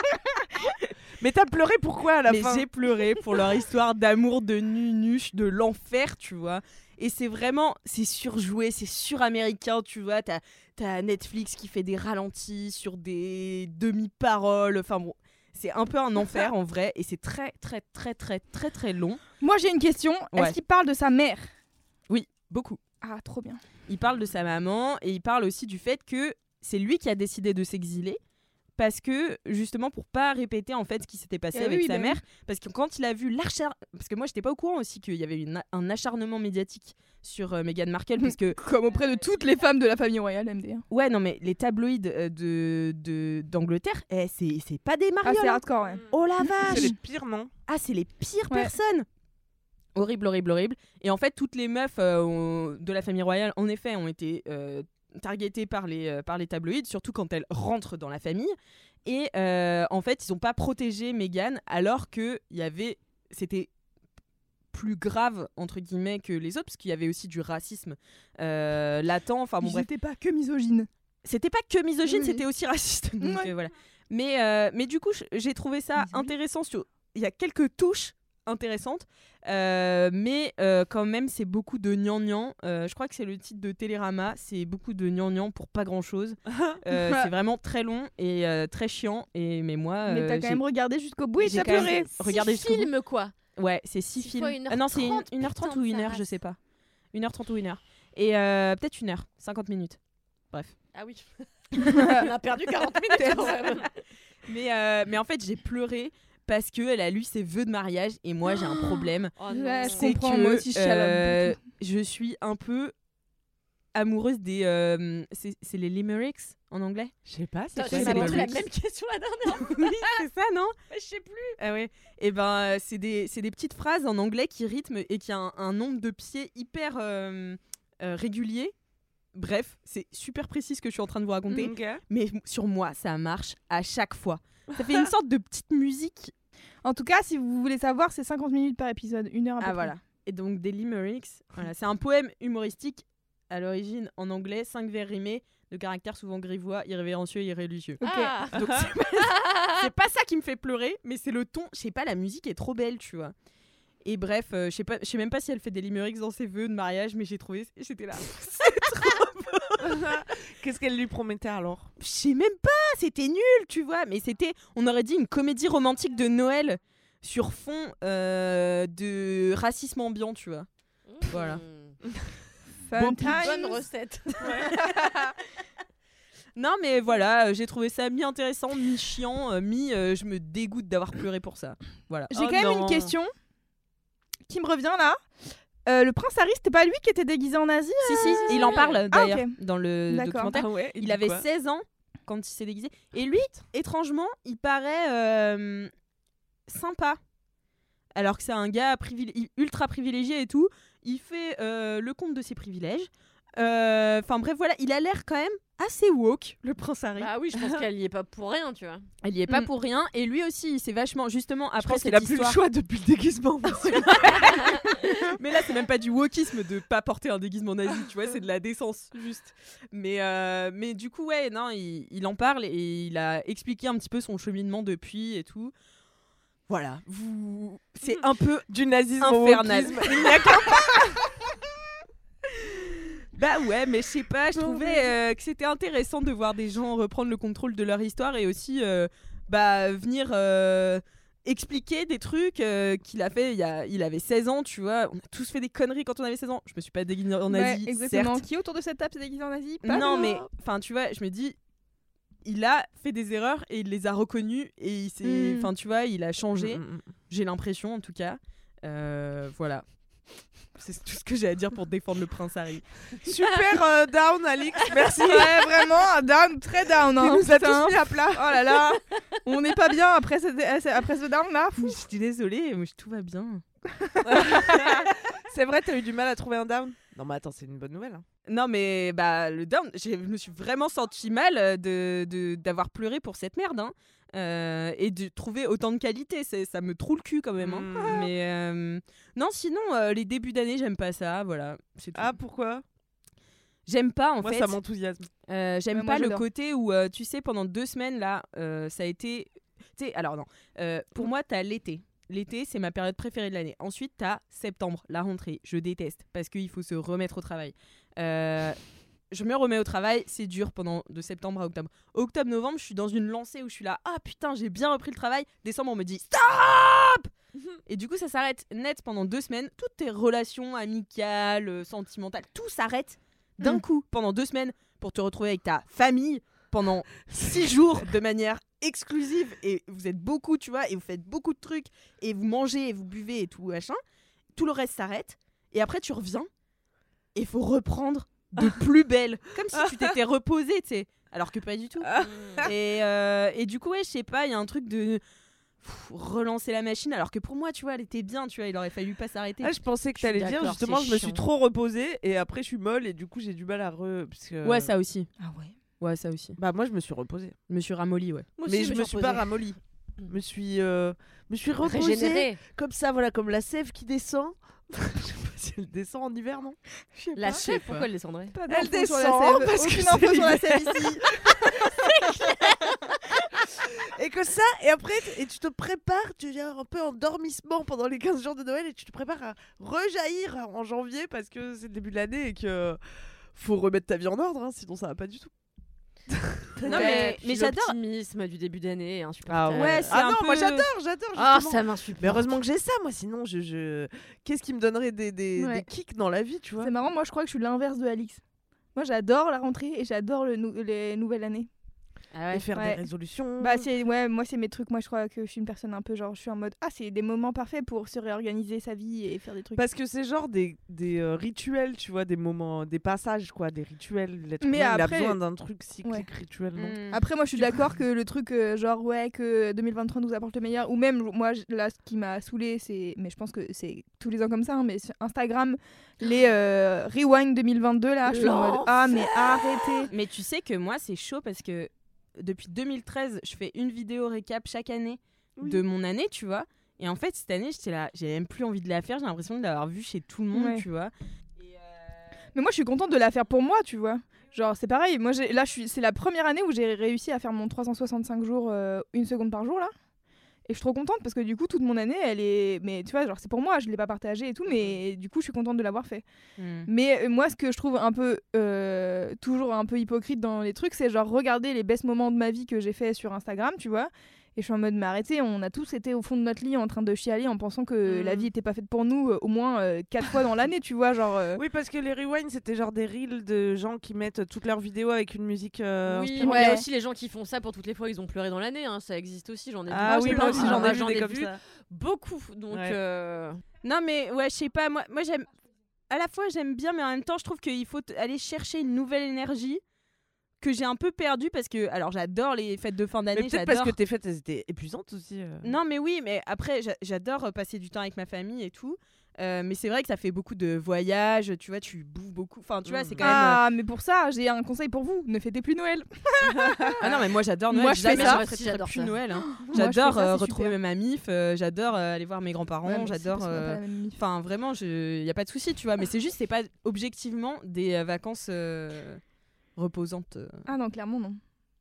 S2: Mais t'as pleuré pourquoi à la
S3: mais
S2: fin
S3: j'ai pleuré pour leur histoire d'amour de nunuche, de l'enfer, tu vois. Et c'est vraiment, c'est surjoué, c'est suraméricain, tu vois. T'as as Netflix qui fait des ralentis sur des demi-paroles. Enfin bon, c'est un peu un enfer en vrai. Et c'est très, très, très, très, très, très long.
S5: (laughs) Moi, j'ai une question.
S3: Ouais.
S5: Est-ce qu'il parle de sa mère
S3: Oui, beaucoup.
S5: Ah, trop bien.
S3: Il parle de sa maman et il parle aussi du fait que c'est lui qui a décidé de s'exiler parce que justement pour pas répéter en fait ce qui s'était passé
S5: Eh
S3: avec
S5: oui,
S3: sa
S5: bah oui.
S3: mère parce que quand il a vu l'acharnement parce que moi j'étais pas au courant aussi qu'il y avait une- un acharnement médiatique sur euh, Meghan Markle parce que
S5: (laughs) Comme auprès de toutes les femmes de la famille royale, hein. MDR.
S3: ouais non mais les tabloïds euh, de de- d'Angleterre eh, c'est c'est pas des
S5: Ah,
S3: marioles
S5: c'est
S3: hein.
S5: hardcore, ouais.
S3: oh la
S2: C'est
S3: vache
S2: les pires noms.
S3: ah, c'est les pires
S5: Ouais.
S3: personnes Horrible, horrible, horrible. Et en fait, toutes les meufs euh, ont- de la famille royale, en effet, ont été euh, targetées par les, euh, par les tabloïds, surtout quand elles rentrent dans la famille. Et euh, en fait, ils n'ont pas protégé Meghan alors que il y avait, c'était plus grave entre guillemets que les autres parce qu'il y avait aussi du racisme euh, latent. Enfin bon,
S5: Ils
S3: bref.
S5: étaient pas que (laughs) misogynes.
S3: C'était pas que misogyne,
S5: Oui.
S3: c'était aussi raciste. Donc,
S5: Ouais.
S3: euh, voilà. Mais euh, mais du coup, je- j'ai trouvé ça intéressant. sur- Il y a quelques touches intéressantes, euh, mais euh, quand même, c'est beaucoup de gnangnan. Euh, je crois que c'est le titre de Télérama. C'est beaucoup de gnangnan pour pas grand chose.
S5: Euh, (laughs)
S3: c'est vraiment très long et euh, très chiant. Et mais moi,
S5: Mais
S3: euh,
S5: t'as quand
S3: j'ai-
S5: même regardé jusqu'au bout et
S3: j'ai
S5: t'as
S3: quand même
S5: pleuré.
S3: regardé
S1: Six
S3: jusqu'au bout.
S1: films, quoi.
S3: Ouais, c'est 6
S1: Six
S3: films.
S1: fois une
S3: Ah non, c'est une-
S1: 1h30,
S3: 1h30
S1: putain
S3: ou
S1: de
S3: 1h,
S1: sa
S3: je
S1: race.
S3: sais pas. 1h30 ou 1h. Et euh, peut-être 1h, 50 minutes. Bref.
S1: Ah oui. (laughs) On a perdu 40 minutes (laughs) quand même.
S3: Mais, euh, mais en fait, j'ai pleuré parce que elle a lu ses vœux de mariage et moi, j'ai un problème.
S1: Oh
S5: Ouais, je
S3: C'est
S5: comprends,
S3: que,
S5: moi aussi, je chalope
S3: euh, je suis un peu amoureuse des. euh, c'est c'est les limericks en anglais
S2: Je sais pas, c'est
S1: Putain,
S2: quoi
S1: j'ai
S3: c'est
S2: les
S3: pas
S1: posé la
S2: Mamelukes
S1: même question la dernière (laughs) fois.
S3: Oui, c'est ça, (laughs) non
S1: Je sais plus.
S3: Ah ouais. Et ben, euh, c'est des, c'est des petites phrases en anglais qui rythment et qui a un, un nombre de pieds hyper euh, euh, régulier. Bref, c'est super précis ce que je suis en train de vous raconter.
S2: Ok.
S3: Mais sur moi, ça marche à chaque fois. Ça fait une sorte de petite musique.
S5: En tout cas, si vous voulez savoir, c'est 50 minutes par épisode, une heure à peu
S3: Ah
S5: près.
S3: voilà. Et donc des limericks. Voilà, c'est un poème humoristique à l'origine en anglais, cinq vers rimés, de caractère souvent grivois, irrévérencieux et irréligieux.
S1: Ah.
S3: Donc c'est pas, c'est pas ça qui me fait pleurer, mais c'est le ton. Je sais pas, la musique est trop belle, tu vois. Et bref, euh, je sais pas, je sais même pas si elle fait des limericks dans ses vœux de mariage, mais j'ai trouvé, j'étais là.
S2: (laughs) Qu'est-ce qu'elle lui promettait alors
S3: Je sais même pas, c'était nul, tu vois. Mais c'était, on aurait dit une comédie romantique de Noël sur fond euh, de racisme ambiant, tu vois.
S1: Hmm.
S3: Voilà.
S5: Fun
S2: Bon,
S5: times.
S1: Bonne recette.
S3: Non, mais voilà, euh, j'ai trouvé ça mi-intéressant, mi-chiant, euh, mi-je me dégoûte d'avoir pleuré pour ça. Voilà. Ah,
S5: J'ai
S2: Oh
S5: quand même
S2: non.
S5: une question qui me revient là. Euh, le prince Harry, c'était pas lui qui était déguisé en Asie
S3: Si, si, il en parle d'ailleurs
S5: Ah, ok.
S3: dans le
S5: D'accord. Ah,
S3: documentaire.
S2: ouais,
S3: Ah Il avait 16 ans quand il s'est déguisé. Et lui, étrangement, il paraît euh, sympa. Alors que c'est un gars privil- ultra privilégié et tout. Il fait euh, le compte de ses privilèges. Euh, Enfin bref, voilà, il a l'air quand même assez woke, le prince Harry.
S1: Bah oui, je pense qu'elle y est pas pour rien, tu vois.
S3: il y est pas
S5: Mm.
S3: pour rien. Et lui aussi, il s'est vachement, justement,
S2: Je
S3: après
S2: pense qu'il
S3: cette
S2: a plus le
S3: histoire-
S2: choix depuis le déguisement.
S3: (laughs) Mais là, c'est même pas du wokisme de pas porter un déguisement nazi, tu vois, c'est de la décence, juste. Mais, euh, mais du coup, ouais, non, il, il en parle et il a expliqué un petit peu son cheminement depuis et tout. Voilà, vous... c'est un peu
S2: (laughs) du nazisme
S3: infernal.
S2: au wokisme.
S3: Il n'y a qu'un (laughs) Bah ouais, mais je sais pas, je trouvais euh, que c'était intéressant de voir des gens reprendre le contrôle de leur histoire et aussi euh, bah, venir euh, expliquer des trucs euh, qu'il a fait il, y a, il avait 16 ans, tu vois. On a tous fait des conneries quand on avait 16 ans. Je me suis pas déguisée en
S5: Ouais,
S3: Asie,
S5: exactement.
S3: certes.
S5: Qui autour de cette table s'est déguisé en Asie Pas
S3: Non,
S5: moi.
S3: mais enfin, tu vois, je me dis, il a fait des erreurs et il les a reconnues et il s'est,
S5: Mm.
S3: enfin, tu vois, il a changé.
S2: Mm, mm,
S3: J'ai l'impression, en tout cas. Euh, voilà. C'est tout ce que j'ai à dire pour défendre le prince Harry.
S2: Super euh, down,
S3: (laughs)
S2: Alix. Merci.
S5: Ouais, vraiment, down, très down. Hein,
S2: Il nous a
S5: putain.
S2: tous mis à plat.
S5: Oh
S2: (laughs)
S5: là là, on n'est pas bien après ce,
S2: euh,
S5: après ce down là.
S3: Mais Je suis désolée, mais tout va bien.
S2: (laughs) C'est vrai, t'as eu du mal à trouver un down Non, mais attends, c'est une bonne nouvelle. hein.
S3: Non, mais bah le down, j'ai- je me suis vraiment sentie mal euh, de de- d'avoir pleuré pour cette merde, hein. Euh, et de trouver autant de qualité. C'est- Ça me troue le cul quand même. hein.
S2: Mm.
S3: Mais euh, non, sinon euh, les débuts d'année, j'aime pas ça. Voilà, c'est tout.
S2: Ah, pourquoi
S3: J'aime pas en
S2: Moi,
S3: fait.
S2: ça m'enthousiasme.
S3: Euh, J'aime
S5: Ouais, moi,
S3: pas le
S5: j'adore.
S3: côté où, euh, tu sais, pendant deux semaines, là, euh, ça a été... Tu sais, alors non. Euh, pour moi, t'as l'été. L'été, c'est ma période préférée de l'année. Ensuite, t'as septembre, la rentrée. Je déteste parce qu'il faut se remettre au travail. Euh, je me remets au travail, c'est dur pendant de septembre à octobre. Octobre-novembre, je suis dans une lancée où je suis là, ah putain, j'ai bien repris le travail. Décembre, on me dit, (laughs) stop Et du coup, ça s'arrête net pendant deux semaines. Toutes tes relations amicales, euh, sentimentales, tout s'arrête d'un
S5: Mm.
S3: coup pendant deux semaines pour te retrouver avec ta famille pendant six jours de manière exclusive et vous êtes beaucoup, tu vois, et vous faites beaucoup de trucs et vous mangez et vous buvez et tout machin. Tout le reste s'arrête et après tu reviens et faut reprendre de plus belle, comme si tu t'étais reposé, tu sais, alors que pas du tout. (laughs) Et, euh, et du coup, ouais, je sais pas, il y a un truc de pff, relancer la machine alors que pour moi tu vois elle était bien tu vois il aurait fallu pas s'arrêter
S2: Ah, je pensais que
S1: Je suis
S2: t'allais dire
S1: d'accord,
S2: justement,
S1: c'est
S2: je me suis
S1: chiant.
S2: trop reposée et après je suis molle et du coup j'ai du mal à re. parce que-
S3: ouais ça aussi
S5: Ah ouais.
S3: Ouais, ça aussi.
S2: Bah, moi, je me suis reposée.
S3: Je me suis ramollie, ouais.
S1: Moi aussi,
S2: mais
S1: je
S2: je
S1: me
S2: me
S1: suis
S2: suis pas
S1: reposée.
S2: ramollie.
S3: Mm.
S2: Je me suis, euh, me suis reposée.
S1: Régénérée.
S2: Comme ça, voilà, comme la sève qui descend. (laughs) je sais pas si elle descend en hiver, non
S1: La
S3: pas.
S1: chef, pourquoi elle descendrait
S5: Pas
S2: Elle
S5: d'infos sur la
S2: descend
S5: sève.
S2: parce que
S5: Aucune
S2: c'est
S5: info sur la
S2: l'hiver.
S5: sève
S2: (laughs)
S5: ici.
S2: Et que ça, et après, t- et tu te prépares, tu viens un peu en dormissement pendant les 15 jours de Noël et tu te prépares à rejaillir en janvier parce que c'est le début de l'année et que faut remettre ta vie en ordre, hein, sinon ça va pas du tout.
S1: Non,
S3: mais-
S1: mais,
S3: mais j'adore-
S1: L'optimisme du début d'année hein, est
S2: Ah
S1: insupportable.
S3: ouais, c'est
S2: Ah
S3: un
S2: non, moi
S3: peu-
S2: j'adore, j'adore.
S1: Ah,
S2: justement.
S1: ça m'insupporte.
S2: Mais heureusement que j'ai ça, moi, sinon, je, je... qu'est-ce qui me donnerait des, des,
S5: Ouais.
S2: des kicks dans la vie, tu vois
S5: C'est marrant, moi je crois que je suis l'inverse de Alix. Moi j'adore la rentrée et j'adore le nou- les nouvelles années.
S1: Ah ouais.
S2: Et faire
S5: Ouais.
S2: des résolutions.
S5: Bah c'est ouais, moi c'est mes trucs, moi je crois que je suis une personne un peu genre je suis en mode ah c'est des moments parfaits pour se réorganiser sa vie et faire des trucs.
S2: Parce que c'est genre des, des euh, rituels, tu vois, des moments, des passages, quoi, des rituels. L'être
S5: Mais
S2: humain, il a
S5: après-
S2: besoin d'un truc cyclique rituellement.
S3: Mmh.
S5: Après moi je suis d'accord que le truc euh, genre ouais que 2023 nous apporte le meilleur ou même moi je- là ce qui m'a saoulé c'est mais je pense que c'est tous les ans comme ça hein, mais sur Instagram les euh, rewind 2022 là je suis en mode ah mais arrêtez.
S3: Mais tu sais que moi, c'est chaud parce que depuis 2013, je fais une vidéo récap chaque année
S2: Oui.
S3: de mon année, tu vois. Et en fait, cette année, j'étais là, j'ai même plus envie de la faire. J'ai l'impression de l'avoir vue chez tout le monde,
S5: Ouais.
S3: tu vois.
S5: Mais moi, je suis contente de la faire pour moi, tu vois. Genre, c'est pareil. Moi, j'ai- là, je suis- c'est la première année où j'ai réussi à faire mon 365 jours, euh, une seconde par jour, là. Et je suis trop contente parce que du coup, toute mon année, elle est. Mais tu vois, genre, c'est pour moi, je l'ai pas partagée et tout, mais du coup, je suis contente de l'avoir fait. Mais euh, moi, ce que je trouve un peu. euh, toujours un peu hypocrite dans les trucs, c'est genre regarder les best moments de ma vie que j'ai fait sur Instagram, tu vois. Et je suis en mode, mais arrêtez, on a tous été au fond de notre lit en train de chialer en pensant que
S2: Mm.
S5: la vie était pas faite pour nous euh, au moins euh, quatre fois dans l'année, tu vois. Genre. euh,
S2: Oui, parce que les rewinds, c'était genre des reels de gens qui mettent toutes leurs vidéos avec une musique. euh,
S1: Oui,
S2: inspirante.
S1: mais il y a
S5: Ouais.
S1: aussi les gens qui font ça pour toutes les fois ils ont pleuré dans l'année. hein, Ça existe aussi, j'en ai vu.
S2: Ah oui,
S1: plein
S2: moi aussi
S1: de-
S2: j'en ai vu
S1: j'en
S2: des
S1: ai
S2: comme
S1: vu
S2: ça.
S1: beaucoup. Donc,
S2: Ouais.
S1: euh,
S3: Non, mais ouais, je sais pas. Moi, moi j'aime. À la fois, j'aime bien, mais en même temps, je trouve qu'il faut t- aller chercher une nouvelle énergie que j'ai un peu perdue parce que, alors, j'adore les fêtes de fin
S2: Mais
S3: d'année.
S2: peut-être
S3: j'adore Mmh.
S2: parce que tes fêtes, elles étaient épuisantes aussi. euh.
S3: Non, mais oui, mais après, j'a- j'adore euh, passer du temps avec ma famille et tout. Euh, mais c'est vrai que ça fait beaucoup de voyages, tu vois, tu bouffes beaucoup. Enfin, tu vois, c'est quand
S2: euh,
S3: même.
S5: Ah, mais pour ça, j'ai un conseil pour vous. Ne fêtez plus Noël. (laughs)
S3: euh, Ah non, mais moi j'adore Noël.
S5: Moi, je fais
S3: Jamais
S5: ça.
S3: j'aurais
S1: Moi aussi,
S3: préféré
S1: j'adore
S3: plus
S1: ça.
S3: Noël. hein.
S5: Moi, je fais
S3: J'adore
S5: ça, c'est
S3: euh, retrouver
S5: super.
S3: ma mif, euh, j'adore euh, aller voir mes
S5: Ouais,
S3: grands-parents,
S5: mais c'est
S3: j'adore.
S5: parce qu'on a pas
S3: euh,
S5: la même mif.
S3: Enfin, vraiment, il n'y a pas de souci, tu vois. Mais c'est juste, c'est pas objectivement des euh, vacances euh, reposantes. euh,
S5: Ah non, clairement, non.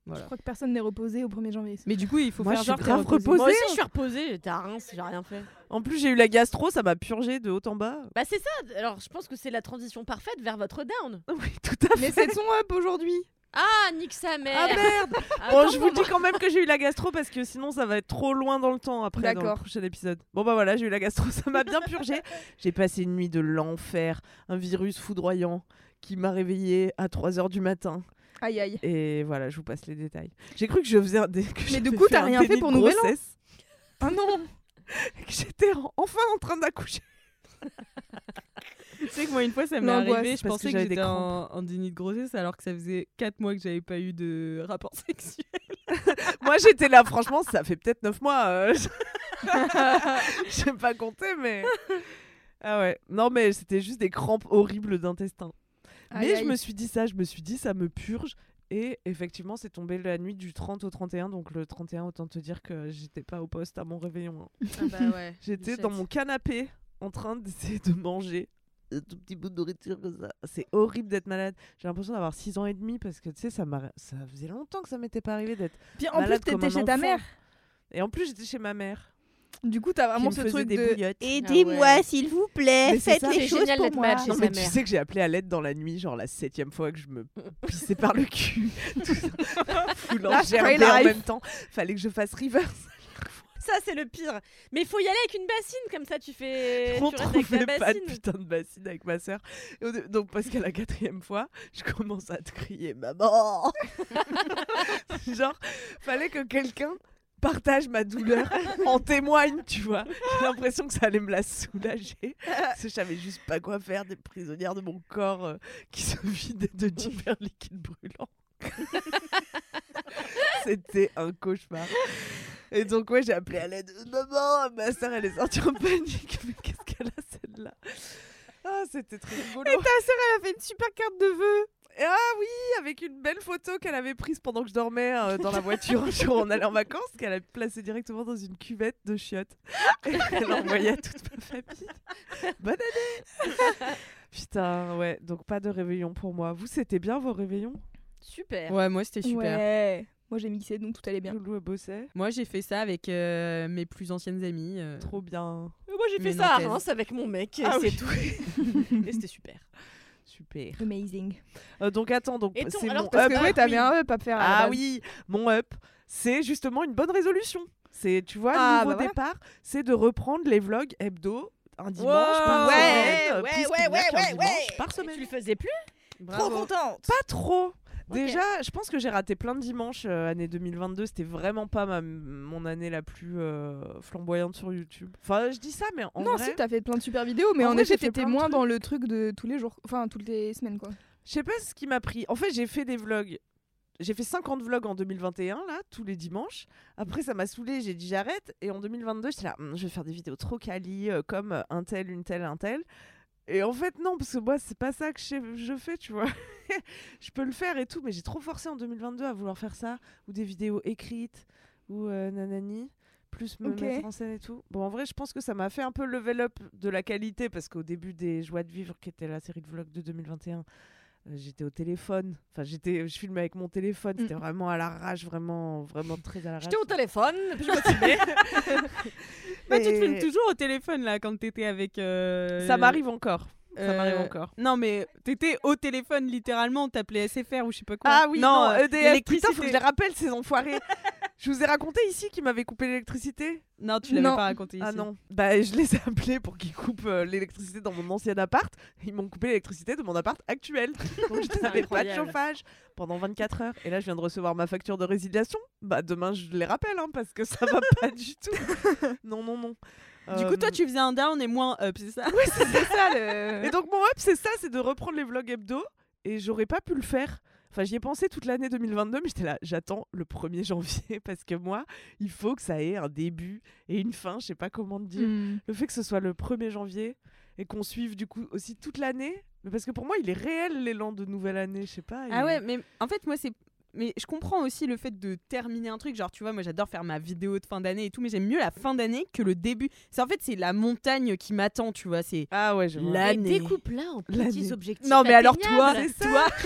S3: Voilà.
S5: Je crois que personne n'est reposé au 1er janvier.
S3: Mais du coup, il faut
S2: Moi,
S3: faire
S2: je suis
S3: genre. t'es
S2: grave
S3: reposée.
S2: reposée.
S1: Moi aussi, je suis reposée. J'étais à Reims, j'ai rien fait.
S2: En plus, j'ai eu la gastro, ça m'a purgé de haut en bas. (laughs)
S1: Bah, c'est ça. Alors, je pense que c'est la transition parfaite vers votre down.
S2: Oui, tout à fait.
S5: (laughs) Mais c'est son up aujourd'hui.
S1: Ah, nique sa mère.
S2: Ah merde Bon,
S1: Attends,
S2: je vous dis quand même que j'ai eu la gastro parce que sinon ça va être trop loin dans le temps après dans le
S5: D'accord.
S2: prochain épisode. Bon bah voilà, j'ai eu la gastro, ça m'a bien purgé. J'ai passé une nuit de l'enfer, un virus foudroyant qui m'a réveillée à 3h du matin
S5: Aïe aïe.
S2: et voilà, je vous passe les détails. J'ai cru que je faisais un dé- que
S5: Mais du
S2: j'avais
S5: coup,
S2: fait
S5: t'as
S2: un
S5: rien fait
S2: déni
S5: pour
S2: de
S5: Nouvel An
S2: grossesse
S5: Ah
S2: (laughs)
S5: non
S2: et que j'étais en- enfin en train d'accoucher.
S3: Tu sais que moi, une fois, ça m'est
S5: L'angoisse,
S3: arrivé,
S2: parce
S3: je
S2: que
S3: pensais que,
S2: j'avais des
S3: j'étais en, en déni de grossesse alors que ça faisait 4 mois que j'avais pas eu de rapport (laughs) sexuel.
S2: Moi, j'étais là franchement, ça fait peut-être 9 mois. euh, (laughs) je- J'ai pas compté
S5: (laughs)
S2: mais Ah ouais. Non mais c'était juste des crampes horribles d'intestin.
S5: Aïe,
S2: Mais je
S5: aïe.
S2: me suis dit ça, je me suis dit ça me purge. Et effectivement, c'est tombé la nuit du 30 au 31. Donc le 31, autant te dire que j'étais pas au poste à mon réveillon. hein.
S1: Ah bah
S2: (laughs)
S1: ouais.
S2: J'étais
S1: Bichette.
S2: dans mon canapé en train d'essayer de manger un tout petit bout de nourriture comme ça. C'est horrible d'être malade. J'ai l'impression d'avoir 6 ans et demi parce que tu sais, ça, m'a- ça faisait longtemps que ça m'était pas arrivé d'être
S5: Puis en plus,
S2: malade comme
S5: t'étais
S2: un
S5: chez ta
S2: enfant.
S5: mère.
S2: Et en plus, j'étais chez ma mère.
S5: Du coup, t'as
S2: qui
S5: vraiment
S2: me
S5: Ah, ce
S2: faisait
S5: truc
S2: des
S5: de.
S2: bouillottes.
S1: Ah ouais.
S5: s'il vous plaît,
S2: Mais c'est ça,
S1: C'est génial d'être malade chez
S2: Non,
S1: sa
S2: mais tu
S1: mère.
S2: sais que j'ai appelé à l'aide dans la nuit, genre la septième fois que je me pissais par le
S5: (laughs)
S2: cul. Tout ça. Full en
S5: That's
S2: gerbet
S5: my
S2: en
S5: life.
S2: même temps. Fallait que je fasse reverse.
S1: Ça, c'est le pire. Mais faut y aller avec une bassine, comme ça tu fais.
S2: On
S1: tu restes avec
S2: trouvait
S1: la
S2: pas de
S1: bassine.
S2: putain de bassine avec ma sœur. Et on- Donc, parce qu'à la quatrième fois, je commence à te crier Maman (laughs) Genre, fallait que quelqu'un partage ma douleur, en témoigne, tu vois. J'ai l'impression que ça allait me la soulager. Parce que je savais juste pas quoi faire des prisonnières de mon corps euh, qui se vidaient de divers liquides brûlants. (laughs) C'était un cauchemar. Et donc, ouais, j'ai appelé à l'aide. Maman, ma soeur, elle est sortie en panique. Mais qu'est-ce qu'elle a, celle-là Ah, c'était très rigolo.
S5: Ta sœur, elle a fait une super carte de vœux.
S2: Et ah oui, avec une belle photo qu'elle avait prise pendant que je dormais euh, dans la voiture un jour où on allait en vacances, qu'elle a placée directement dans une cuvette de chiottes. Et elle envoyait à toute ma famille. Bonne année Putain, ouais, donc pas de réveillon pour moi. Vous, c'était bien vos réveillons
S1: Super.
S3: Ouais, moi
S2: euh,
S3: c'était super.
S5: Ouais. Moi j'ai mixé donc tout allait bien.
S2: Loulou bossait.
S3: Moi j'ai fait ça avec euh, mes plus anciennes amies. euh,
S2: Trop bien.
S1: Mais Moi j'ai
S3: Mais
S1: fait ça à
S3: nantaise.
S1: Reims avec mon mec et
S2: Ah
S1: c'est
S2: oui.
S1: tout. (laughs) et c'était super.
S2: Super.
S5: Amazing.
S2: Euh, donc attends, donc
S1: Et ton-
S2: c'est
S1: alors,
S2: mon
S5: Parce
S2: up.
S5: que ouais, t'avais un up à faire. à la
S2: bah Ah
S5: base.
S2: oui, mon up, c'est justement une bonne résolution. C'est, tu vois,
S5: Ah,
S2: le nouveau
S5: bah voilà.
S2: départ, c'est de reprendre les vlogs hebdo un dimanche
S1: Wow.
S2: par
S1: Ouais,
S2: semaine, euh,
S1: ouais,
S2: puisqu'il
S1: ouais,
S2: n'y a
S1: ouais,
S2: qu'un
S1: ouais,
S2: dimanche
S1: ouais.
S2: par
S1: Et
S2: semaine.
S1: tu le faisais plus
S3: bravo.
S1: Trop contente.
S2: Pas trop.
S1: Ok.
S2: Déjà, je pense que j'ai raté plein de dimanches euh, année 2022. C'était vraiment pas ma, mon année la plus euh, flamboyante sur YouTube. Enfin, je dis ça, mais en
S5: Non,
S2: vrai,
S5: si t'as fait plein de super vidéos, mais
S2: En
S5: en,
S2: vrai, j'ai
S5: effet
S2: fait
S5: t'étais
S2: plein de
S5: moins
S2: trucs.
S5: dans le truc de tous les jours, enfin toutes les semaines quoi.
S2: je sais pas ce qui m'a pris. En fait, j'ai fait des vlogs. J'ai fait 50 vlogs en 2021, là, tous les dimanches. Après, ça m'a saoulé, j'ai dit j'arrête. Et en 2022, j'étais là, Hum, je vais faire des vidéos trop quali, euh, comme euh, un tel, une telle, un tel. Et en fait, non, parce que moi, c'est pas ça que je, je fais, tu vois. (laughs) je peux le faire et tout, mais j'ai trop forcé en 2022 à vouloir faire ça, ou des vidéos écrites, ou euh, nanani, plus me
S5: Ok.
S2: mettre en scène et tout. Bon, en vrai, je pense que ça m'a fait un peu level up de la qualité, parce qu'au début des Joies de Vivre, qui était la série de vlogs de 2021, euh, J'étais au téléphone, enfin j'étais, je filmais avec mon téléphone, c'était vraiment à la rage, vraiment, vraiment très à la rage.
S1: J'étais au téléphone, puis je me suis dit,
S3: Bah, tu te filmes
S2: Et-
S3: toujours au téléphone là quand t'étais avec. euh,
S2: Ça m'arrive encore. Ça
S3: euh,
S2: m'arrive encore.
S3: Non mais t'étais au téléphone littéralement, t'appelais SFR ou je sais pas quoi.
S2: Ah oui, non,
S3: euh,
S2: EDF. Putain,
S3: l'électricité.
S2: faut que je les rappelle, ces enfoirés. je vous ai raconté ici qu'ils m'avaient coupé l'électricité
S3: Non, tu l'avais
S5: Non.
S3: pas raconté ici.
S2: Ah non. Bah, je les ai appelés pour qu'ils coupent euh, l'électricité dans mon ancien appart. Ils m'ont coupé l'électricité de mon appart actuel. Donc, je n'avais pas de
S1: incroyable.
S2: chauffage pendant 24 heures. Et là, je viens de recevoir ma facture de résiliation. Bah, demain, je les rappelle, hein, parce que ça va (laughs) pas du tout. Non, non, non.
S3: Du
S2: Euh,
S3: coup, toi, tu faisais un down et moins up, c'est ça
S5: C'est ça le.
S3: (laughs)
S2: Et donc mon up c'est ça, c'est de reprendre les vlogs hebdo et j'aurais pas pu le faire. Enfin j'y ai pensé toute l'année 2022 mais j'étais là, j'attends le 1er (laughs) janvier parce que moi il faut que ça ait un début et une fin, je sais pas comment te
S3: Mm.
S2: dire. Le fait que ce soit le 1er janvier et qu'on suive du coup aussi toute l'année, mais parce que pour moi il est réel l'élan de nouvelle année, je sais pas.
S3: Ah
S2: il-
S3: ouais, mais en fait, moi, c'est. Mais je comprends aussi le fait de terminer un truc. Genre, tu vois, moi, j'adore faire ma vidéo de fin d'année et tout, mais j'aime mieux la fin d'année que le début. C'est en fait, c'est la montagne qui m'attend, tu vois. C'est
S2: Ah ouais, je vois.
S3: l'année.
S1: découpe-la en
S2: L'année.
S1: petits objectifs.
S3: Non, mais alors, toi,
S1: atteignables.
S3: toi,
S5: (laughs)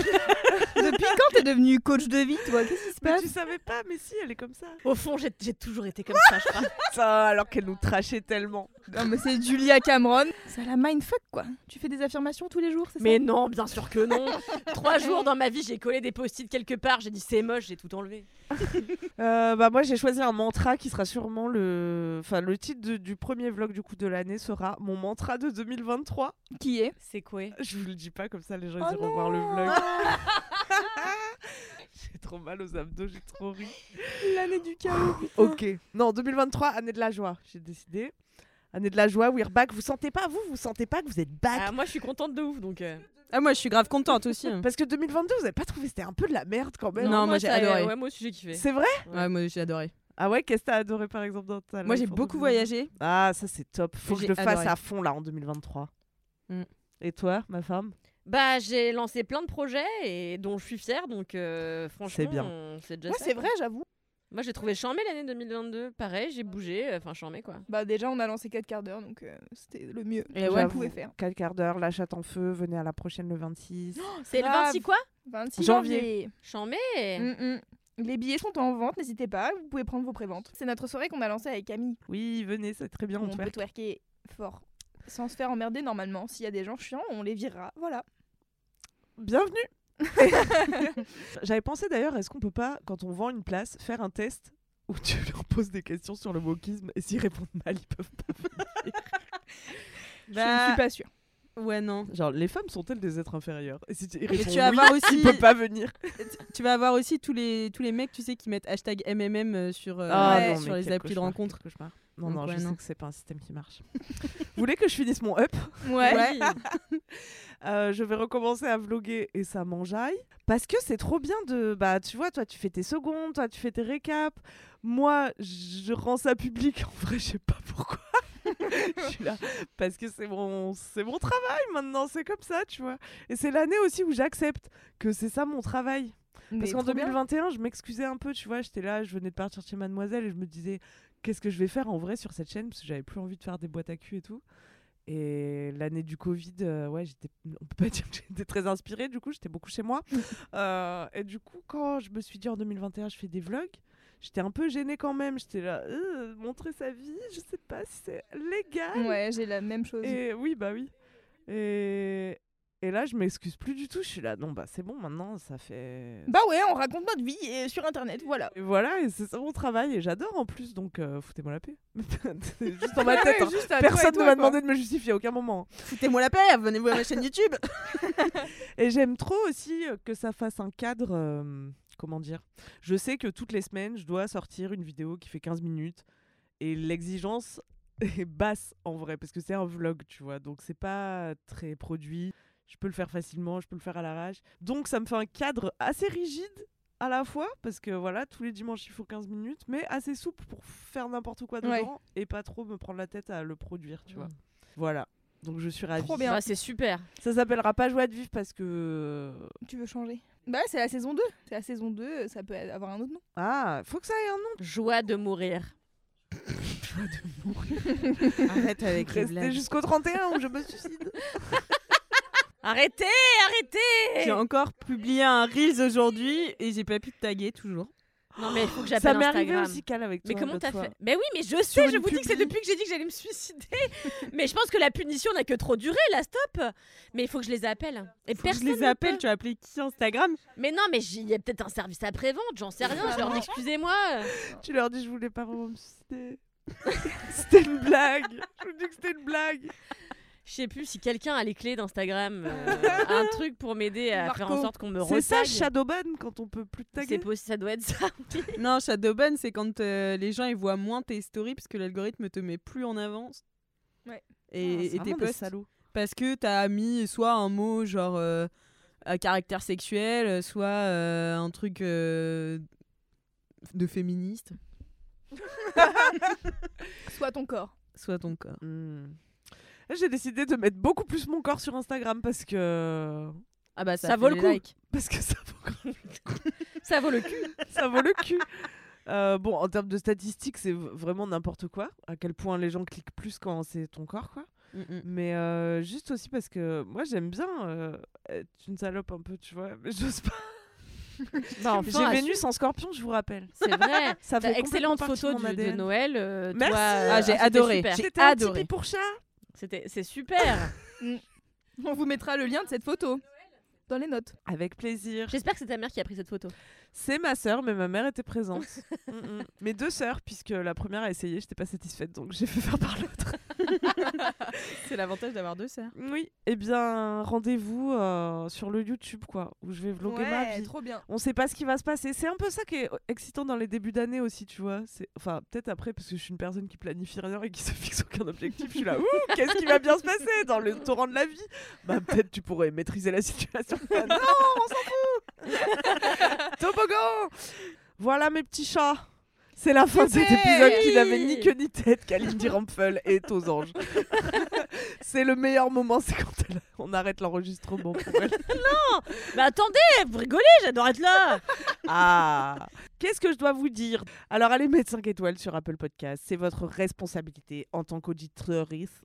S5: Depuis quand t'es devenu coach de vie toi Qu'est-ce qui se
S2: Mais
S5: passe
S2: Bah, tu savais pas, mais si, elle est comme ça.
S1: Au fond, j'ai j'ai toujours été comme ça, je crois.
S2: Ça, alors qu'elle nous trachait tellement.
S5: Non mais c'est Julia Cameron. Ça la mindfuck quoi. Tu fais des affirmations tous les jours, c'est
S1: (laughs)
S5: ça
S1: Mais non, bien sûr que non. Trois jours dans ma vie, j'ai collé des post-it quelque part, j'ai dit c'est moche, j'ai tout enlevé.
S2: Euh, bah moi j'ai choisi un mantra qui sera sûrement le, enfin le titre de- du premier vlog du coup de l'année sera mon mantra de 2023.
S5: Qui est
S1: C'est quoi
S2: Je vous le dis pas comme ça les gens
S5: Oh
S2: ils iront voir le
S5: non
S2: vlog. j'ai trop mal aux abdos, j'ai trop ri.
S5: (laughs) L'année du chaos.
S2: (laughs) Ok. Non 2023 année de la joie, j'ai décidé. Année de la joie, we're back. Vous sentez pas vous, vous sentez pas que vous êtes back
S1: Ah, moi, je suis contente de ouf, donc. euh.
S3: Ah, moi, je suis grave contente aussi. hein.
S2: Parce que 2022 vous avez pas trouvé c'était un peu de la merde quand même.
S3: Non, moi, j'ai
S1: ça,
S3: adoré.
S1: euh, Ouais, moi aussi, j'ai kiffé.
S2: C'est vrai
S3: Ouais, moi, j'ai adoré.
S2: Ah ouais, qu'est-ce que t'as adoré par exemple dans ta
S3: Moi,
S2: life
S3: j'ai
S2: en 2022?
S3: beaucoup voyagé.
S2: Ah, ça c'est top. Faut que je
S3: J'ai
S2: le fasse
S3: adoré.
S2: à fond là en 2023.
S3: Mm.
S2: Et toi, ma femme
S1: Bah, j'ai lancé plein de projets et dont je suis fière, donc euh, franchement,
S2: C'est bien.
S1: on- c'est déjà
S5: Ouais,
S1: ça,
S5: c'est
S1: quoi.
S5: vrai, j'avoue.
S1: Moi, j'ai trouvé chambé l'année 2022. Pareil, j'ai bougé, euh, enfin, chambé quoi.
S5: Bah déjà on a lancé 4 quarts d'heure donc euh, c'était le mieux
S3: Et
S5: qu'on
S3: ouais.
S5: pouvait faire.
S2: 4 quarts d'heure, la chatte en feu, venez à la prochaine le 26.
S1: C'est le
S5: grave.
S1: 26 quoi
S5: 26
S2: Janvier.
S5: janvier.
S1: Chambé
S5: Mm-mm. Mm, Les billets sont en vente, n'hésitez pas, vous pouvez prendre vos préventes. C'est notre soirée qu'on a lancée avec Camille.
S2: Oui, venez, c'est très bien.
S5: On,
S2: On, twerk.
S5: peut twerker fort. Sans se faire emmerder normalement. S'il y a des gens chiants, on les virera. Voilà.
S2: Bienvenue J'avais pensé d'ailleurs, est-ce qu'on peut pas, quand on vend une place, faire un test où tu (laughs) leur poses des questions sur le wokisme et s'ils répondent mal, ils peuvent pas.
S5: Je ne
S3: Bah,
S5: suis pas sûre.
S3: ouais, non.
S2: Genre, les femmes sont-elles des êtres inférieurs Et si tu, ils
S3: Mais
S2: répondent
S3: tu vas
S2: oui,
S3: avoir aussi.
S2: ils peuvent pas venir.
S3: (laughs) Tu vas avoir aussi tous les, tous les mecs, tu sais, qui mettent hashtag MMM euh, sur, euh,
S2: Ah non,
S3: sur
S2: mais
S3: les
S2: quel
S3: applis de
S2: cauchemar,
S3: rencontre.
S2: quel cauchemar. Non,
S3: Donc,
S2: non,
S3: ouais,
S2: je
S3: non.
S2: sais que c'est pas un système qui marche. (laughs) Vous voulez que je finisse mon up
S5: Ouais.
S2: Euh, je vais recommencer à vloguer et ça m'enjaille. Parce que c'est trop bien de. Bah, tu vois, toi, tu fais tes secondes, toi, tu (laughs) fais tes récaps. Moi, je rends ça public. En vrai, je sais pas pourquoi. (laughs) je suis là parce que c'est mon, c'est mon travail maintenant, c'est comme ça, tu vois. Et c'est l'année aussi où j'accepte que c'est ça mon travail.
S3: Mais
S2: Parce qu'en
S3: trop bien.
S2: 2021, je m'excusais un peu, tu vois, j'étais là, je venais de partir chez Mademoiselle et je me disais, qu'est-ce que je vais faire en vrai sur cette chaîne Parce que j'avais plus envie de faire des boîtes à cul et tout. Et l'année du Covid, euh, ouais, j'étais, on peut pas (laughs) dire que j'étais très inspirée, du coup, j'étais beaucoup chez
S3: (laughs)
S2: moi. Euh, et du coup, quand je me suis dit en 2021, je fais des vlogs, j'étais un peu gênée quand même. J'étais là, Euh, montrer sa vie, je sais pas si c'est légal.
S5: Ouais, j'ai la même chose.
S2: Et oui, bah oui. Et, et là, je m'excuse plus du tout. Je suis là, non, bah c'est bon, maintenant, ça fait.
S5: Bah ouais, on raconte notre vie euh, sur
S3: (laughs)
S5: internet, voilà.
S2: Et voilà, et c'est ça mon travail, et j'adore en plus, donc euh, foutez-moi la paix. (laughs) C'est juste
S3: (laughs)
S2: dans ma tête.
S3: Ouais,
S2: hein.
S3: juste à toi et
S2: Personne
S3: toi,
S2: ne m'a
S3: quoi.
S2: demandé de me justifier à aucun moment. hein.
S3: Foutez-moi la paix, venez voir ma
S2: (laughs)
S3: chaîne YouTube.
S2: Et j'aime trop aussi euh, que ça fasse un cadre. euh, comment dire Je sais que toutes les semaines, je dois sortir une vidéo qui fait 15 minutes. Et l'exigence (laughs) est basse en vrai, parce que c'est un vlog, tu vois. Donc c'est pas très produit. Je peux le faire facilement, je peux le faire à l'arrache. Donc ça me fait un cadre assez rigide à la fois, parce que voilà, tous les dimanches il faut 15 minutes, mais assez souple pour faire n'importe quoi
S5: Ouais.
S2: dedans et pas trop me prendre la tête à le produire, tu vois. Voilà. Donc je suis ravie.
S1: Mmh. Trop bien. Bah, c'est super.
S2: Ça s'appellera pas joie de vivre parce que euh,
S5: Tu veux changer Bah c'est la saison 2. C'est la saison 2, euh, ça peut avoir un autre nom.
S2: Ah, faut que ça ait un nom.
S1: Joie de mourir.
S3: Arrête avec les
S2: Rester
S3: blagues.
S2: jusqu'au 31 où je me (laughs) suicide.
S1: Arrêtez, arrêtez
S3: J'ai encore publié un Reels aujourd'hui et j'ai pas pu te taguer toujours.
S1: Non mais il faut que
S2: Ça
S1: j'appelle
S2: m'est arrivé
S1: Instagram.
S2: aussi Cal avec toi.
S1: Mais comment
S2: l'autre
S1: t'as
S2: fois.
S1: fait Mais oui, mais je
S2: Sur
S1: sais, je
S2: une
S1: vous dis que c'est
S2: publi.
S1: depuis que j'ai dit que j'allais me suicider. (laughs) mais je pense que la punition n'a que trop duré, la stop. Mais il faut que je les appelle. Et
S3: Faut que
S1: personne.
S3: je les
S1: ne
S3: appelle,
S1: peut.
S3: tu as appelé qui Instagram
S1: Mais non, mais j'y- il y a peut-être un service après-vente, j'en sais rien. Je leur dis excusez-moi.
S2: Tu leur dis je voulais pas vraiment me suicider. c'était
S1: (laughs)
S2: une blague. Je vous dis que c'était une blague.
S1: Je sais plus si quelqu'un a les clés d'Instagram, euh, un truc pour m'aider à faire en
S2: Marco,
S1: sorte qu'on me
S2: C'est ça
S1: retague.
S2: Shadowban quand on peut plus te
S1: C'est
S2: taguer.
S1: possible, ça doit être ça.
S3: Non, Shadowban, c'est quand euh, les gens ils voient moins tes stories parce que l'algorithme te met plus en avance.
S5: Ouais.
S2: Ah, c'est
S3: Et, et tes
S2: vraiment des
S3: posts.
S2: salauds.
S3: Parce que t'as mis soit un mot genre euh, à caractère sexuel, soit euh, un truc euh, de féministe,
S5: Soit ton corps.
S3: soit ton corps.
S2: Hmm. Là, J'ai décidé de mettre beaucoup plus mon corps sur Instagram parce que
S3: Ah bah ça,
S1: Ça
S3: fait
S1: vaut le
S3: des
S1: coup.
S3: likes.
S2: parce que ça vaut,
S1: Ça vaut le cul.
S2: ça vaut le cul. Euh, bon, en termes de statistiques, c'est v- vraiment n'importe quoi. À quel point les gens cliquent plus quand c'est ton corps, quoi.
S3: Mm-mm.
S2: Mais euh, juste aussi parce que moi j'aime bien euh, être une salope un peu, tu vois, mais (laughs) j'ose pas.
S1: (laughs) Bah, enfin,
S2: J'ai Vénus en scorpion, je vous rappelle.
S1: C'est (laughs) vrai.
S2: Ça
S1: T'as
S2: fait
S1: excellente
S2: complètement partie de
S1: photo
S2: mon
S1: du- de,
S2: ADN.
S1: Noël. euh,
S2: Merci.
S1: toi, euh,
S3: Ah, j'ai
S1: c'était
S3: adoré.
S1: super.
S3: J'ai
S2: J'étais un
S3: adoré.
S2: Tipeee pour chat.
S1: C'était, c'est super.
S5: On vous mettra le lien de cette photo dans les notes.
S2: Avec
S1: (laughs)
S2: plaisir.
S1: J'espère que c'est ta mère qui a pris cette photo.
S2: C'est ma sœur, mais ma mère
S1: (laughs)
S2: était présente. Mm, mm. Mes deux sœurs, puisque la première a essayé, j'étais pas satisfaite, donc j'ai fait faire par
S1: (laughs)
S2: l'autre.
S3: C'est l'avantage d'avoir deux sœurs.
S2: Oui. Eh bien, rendez-vous euh, sur le YouTube, quoi, où je vais vlogger ma vie.
S5: trop bien.
S2: on sait pas ce qui va se passer. C'est un peu ça qui est excitant dans les débuts d'année aussi, tu vois. C'est enfin peut-être après parce que je suis une personne qui planifie rien et qui (laughs) se fixe aucun objectif. Je suis là, ouh, qu'est-ce qui va bien se passer dans le torrent de la vie Bah peut-être tu pourrais maîtriser la situation. (laughs) Ah, non, on s'en fout. Toboggan. Voilà mes petits chats. C'est la fin de cet
S5: Super.
S2: épisode qui n'avait ni queue ni tête qu'Alindy Rampfel est aux anges. (laughs) c'est le meilleur moment, c'est quand elle- on arrête l'enregistrement pour elle.
S1: Mais Bah, attendez, vous rigolez, j'adore être là.
S2: Ah Qu'est-ce que je dois vous dire Alors allez mettre 5 étoiles sur Apple Podcast, c'est votre responsabilité en tant qu'auditrice.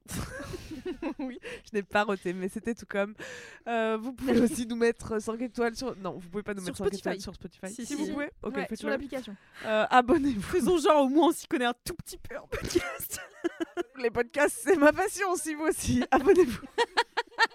S2: (laughs) oui, je n'ai pas roté, mais c'était tout comme. Euh, vous
S3: (laughs)
S2: pouvez aussi nous mettre 5 étoiles sur... Non, vous pouvez pas nous
S3: Sur
S2: mettre 5
S3: Spotify.
S2: étoiles sur Spotify.
S3: Si, si,
S2: vous
S3: si.
S2: pouvez. Ok,
S5: Ouais, sur
S2: faites-le.
S5: l'application.
S2: Euh, Abonnez-vous.
S3: Faisons genre au moins on s'y connaît un tout petit peu en podcast.
S2: (laughs) Les podcasts, c'est ma passion, si vous aussi. (laughs) Abonnez-vous.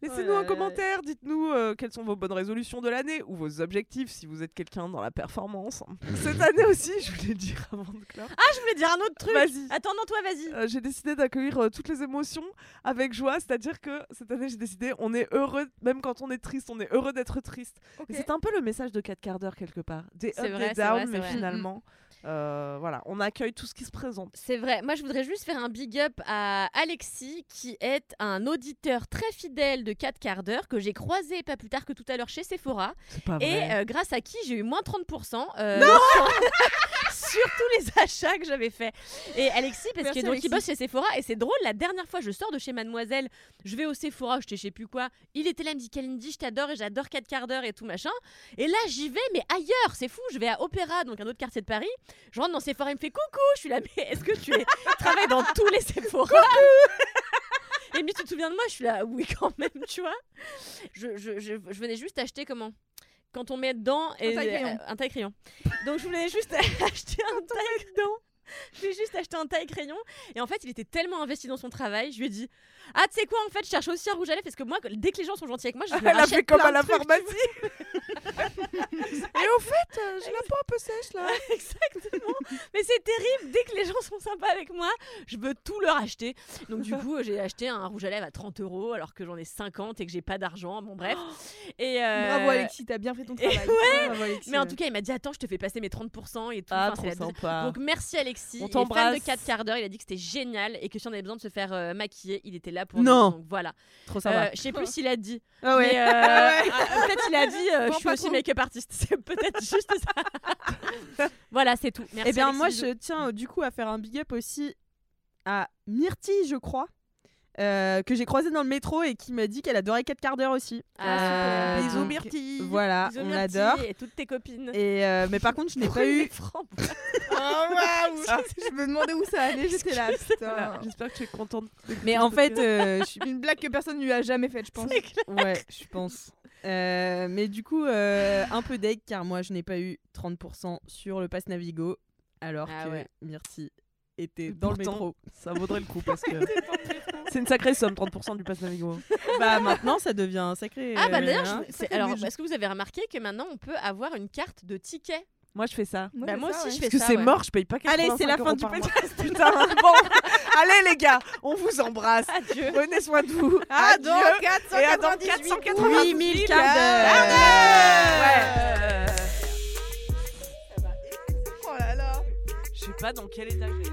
S2: Laissez-nous
S1: Oh là
S2: un
S1: là.
S2: commentaire, dites-nous euh, quelles sont vos bonnes résolutions de l'année ou vos objectifs si vous êtes quelqu'un dans
S1: (laughs)
S2: la performance. Cette année aussi, je voulais le dire avant de clore.
S1: Ah, je voulais dire un autre truc.
S2: Vas-y.
S1: Attends, non, toi, vas-y.
S2: Euh, j'ai décidé d'accueillir euh, toutes les émotions avec joie, c'est-à-dire que cette année j'ai décidé on est heureux, même quand on est triste, on est heureux d'être triste. Et c'est un peu le message de 4 quarts d'heure quelque part. Des
S1: C'est
S2: up,
S1: vrai,
S2: des
S1: c'est vrai,
S2: down,
S1: c'est
S2: mais
S1: vrai.
S2: finalement, euh, voilà, on accueille tout ce qui se présente.
S1: C'est vrai. Moi, je voudrais juste faire un big up à Alexis, qui est un auditeur très fidèle de 4 quarts d'heure que j'ai croisé pas plus tard que tout à l'heure chez Sephora
S2: C'est pas
S1: et
S2: vrai.
S1: euh, grâce à qui j'ai eu moins 30% euh,
S2: Non
S1: (laughs) sur, sur tous les (laughs) achats que j'avais fait. Et Alexis, parce
S2: Merci,
S1: qu'il donc, il
S2: Alexis.
S1: bosse chez Sephora, et c'est drôle, la dernière fois je sors de chez Mademoiselle, je vais au Sephora, je te sais plus quoi, il était là, il me dit Kalindi, je t'adore et j'adore 4 quarts d'heure et tout machin. Et là j'y vais, mais ailleurs, c'est fou, je vais à Opéra, donc un autre quartier de Paris, je rentre dans Sephora, il me fait coucou, je suis là, mais est-ce que tu es- travailles dans tous
S2: (laughs)
S1: les Sephora et mais tu te souviens de moi Je suis là, oui, quand même, tu vois. Je, je, je, je venais juste acheter comment Quand on met dedans. Et,
S5: taille-crayon.
S1: euh, un taille-crayon. Donc je voulais juste (laughs) acheter un taille-crayon. Je voulais juste acheter un taille-crayon. Et en fait, il était tellement investi dans son travail, je lui ai dit Ah, tu sais quoi, en fait, je cherche aussi un rouge à lèvres parce que moi, dès que les gens sont gentils avec
S2: (laughs)
S1: moi, je leur
S2: Elle a
S1: achète
S2: fait Ah, comme
S1: plein
S2: à
S1: de
S2: la
S1: trucs.
S2: pharmacie. Et au fait, euh, je l'ai pas un peu sèche là.
S1: (laughs) Exactement. Mais c'est terrible. Dès que les gens sont sympas avec moi, je veux tout leur acheter. Donc du coup, j'ai acheté un rouge à lèvres à 30 euros alors que j'en ai 50 et que j'ai pas d'argent. Bon
S3: (gasps)
S1: bref. Et euh,
S5: Bravo Alexis, t'as bien fait (laughs) ton
S1: et
S5: travail.
S1: ouais.
S5: Bravo, Alexis,
S1: Mais en
S5: ouais.
S1: tout cas, il m'a dit attends, je te fais passer mes 30% et tout.
S2: Ah,
S1: Enfin, c'est
S2: trop
S1: la-
S2: sympa.
S1: Donc merci Alexis.
S2: On
S1: Il est fan
S2: t'embrasse.
S1: de 4 quarts d'heure. Il a dit que c'était génial et que si on avait besoin de se faire euh, maquiller, il était là pour
S2: Non.
S1: nous. Donc voilà.
S2: Trop
S1: Euh,
S2: sympa.
S1: je sais plus s'il a dit.
S3: Ah ouais.
S1: Mais, euh,
S3: (laughs) Ah ouais.
S1: euh, peut-être il a dit euh,
S3: Bon,
S1: je suis
S3: pas
S1: aussi
S3: trop.
S1: make-up artiste. (laughs) C'est peut-être juste ça.
S3: (laughs)
S1: voilà, c'est tout. Merci.
S3: Eh bien,
S1: Alexis,
S3: moi,
S1: bisous.
S3: je tiens euh, du coup à faire un big up aussi à Myrtille, je crois, euh, que j'ai croisée dans le métro et qui m'a dit qu'elle adorait 4 quarts d'heure aussi.
S1: Ah,
S5: euh,
S1: super. Bisous,
S3: Euh, donc,
S2: Myrtille.
S3: Voilà,
S1: Bisous,
S3: on
S1: Myrtille
S3: adore.
S1: Et toutes tes copines.
S3: Et, euh, mais
S1: (laughs)
S3: par contre, je n'ai pas
S1: Prenez
S3: eu.
S1: des framboises.
S5: Ah, (laughs) Je me demandais où ça allait, j'étais (laughs) là, putain.
S2: J'espère que tu es contente.
S3: Mais en fait, euh, je suis-
S5: Une blague que personne ne lui a jamais faite, je pense.
S3: ouais, je
S1: (laughs)
S3: pense. Euh, mais du coup, euh, un peu deg car moi, je n'ai pas eu 30% sur le pass Navigo, alors
S1: Ah
S3: que
S1: ouais.
S3: Myrtille était dans
S2: Pourtant,
S3: le métro.
S2: Ça vaudrait le coup parce que c'est une sacrée somme, 30% du pass Navigo.
S3: (laughs) bah maintenant, ça devient un sacré.
S1: Ah bah
S3: euh,
S1: d'ailleurs,
S3: hein.
S1: je- c'est- alors est-ce que vous avez remarqué que maintenant on peut avoir une carte de ticket
S2: Moi, je fais ça.
S1: Bah moi aussi je fais
S2: Parce que
S1: ça.
S2: c'est
S1: ouais.
S2: mort, je paye pas 85
S3: Allez, c'est la fin
S2: euros
S3: du
S2: par mois.
S3: podcast.
S2: (laughs) Putain, bon. Allez les gars, on vous embrasse.
S1: Adieu.
S2: Prenez soin de vous.
S3: Ah,
S2: Adieu.
S3: donc,
S2: Et à dans 498
S3: 8000
S2: quarts
S3: quarts
S2: d'heure.
S3: Ah, d'heure.
S2: Ouais. Oh là là. Je sais pas dans quel état j'ai.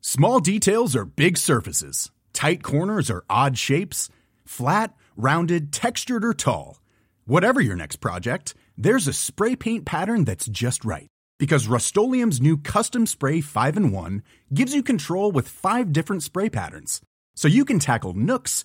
S7: Small details are big surfaces. Tight corners are odd shapes. Flat, rounded, textured, or tall. Whatever your next project, there's a spray paint pattern that's just right. Because Rust new Custom Spray 5 in 1 gives you control with five different spray patterns. So you can tackle nooks,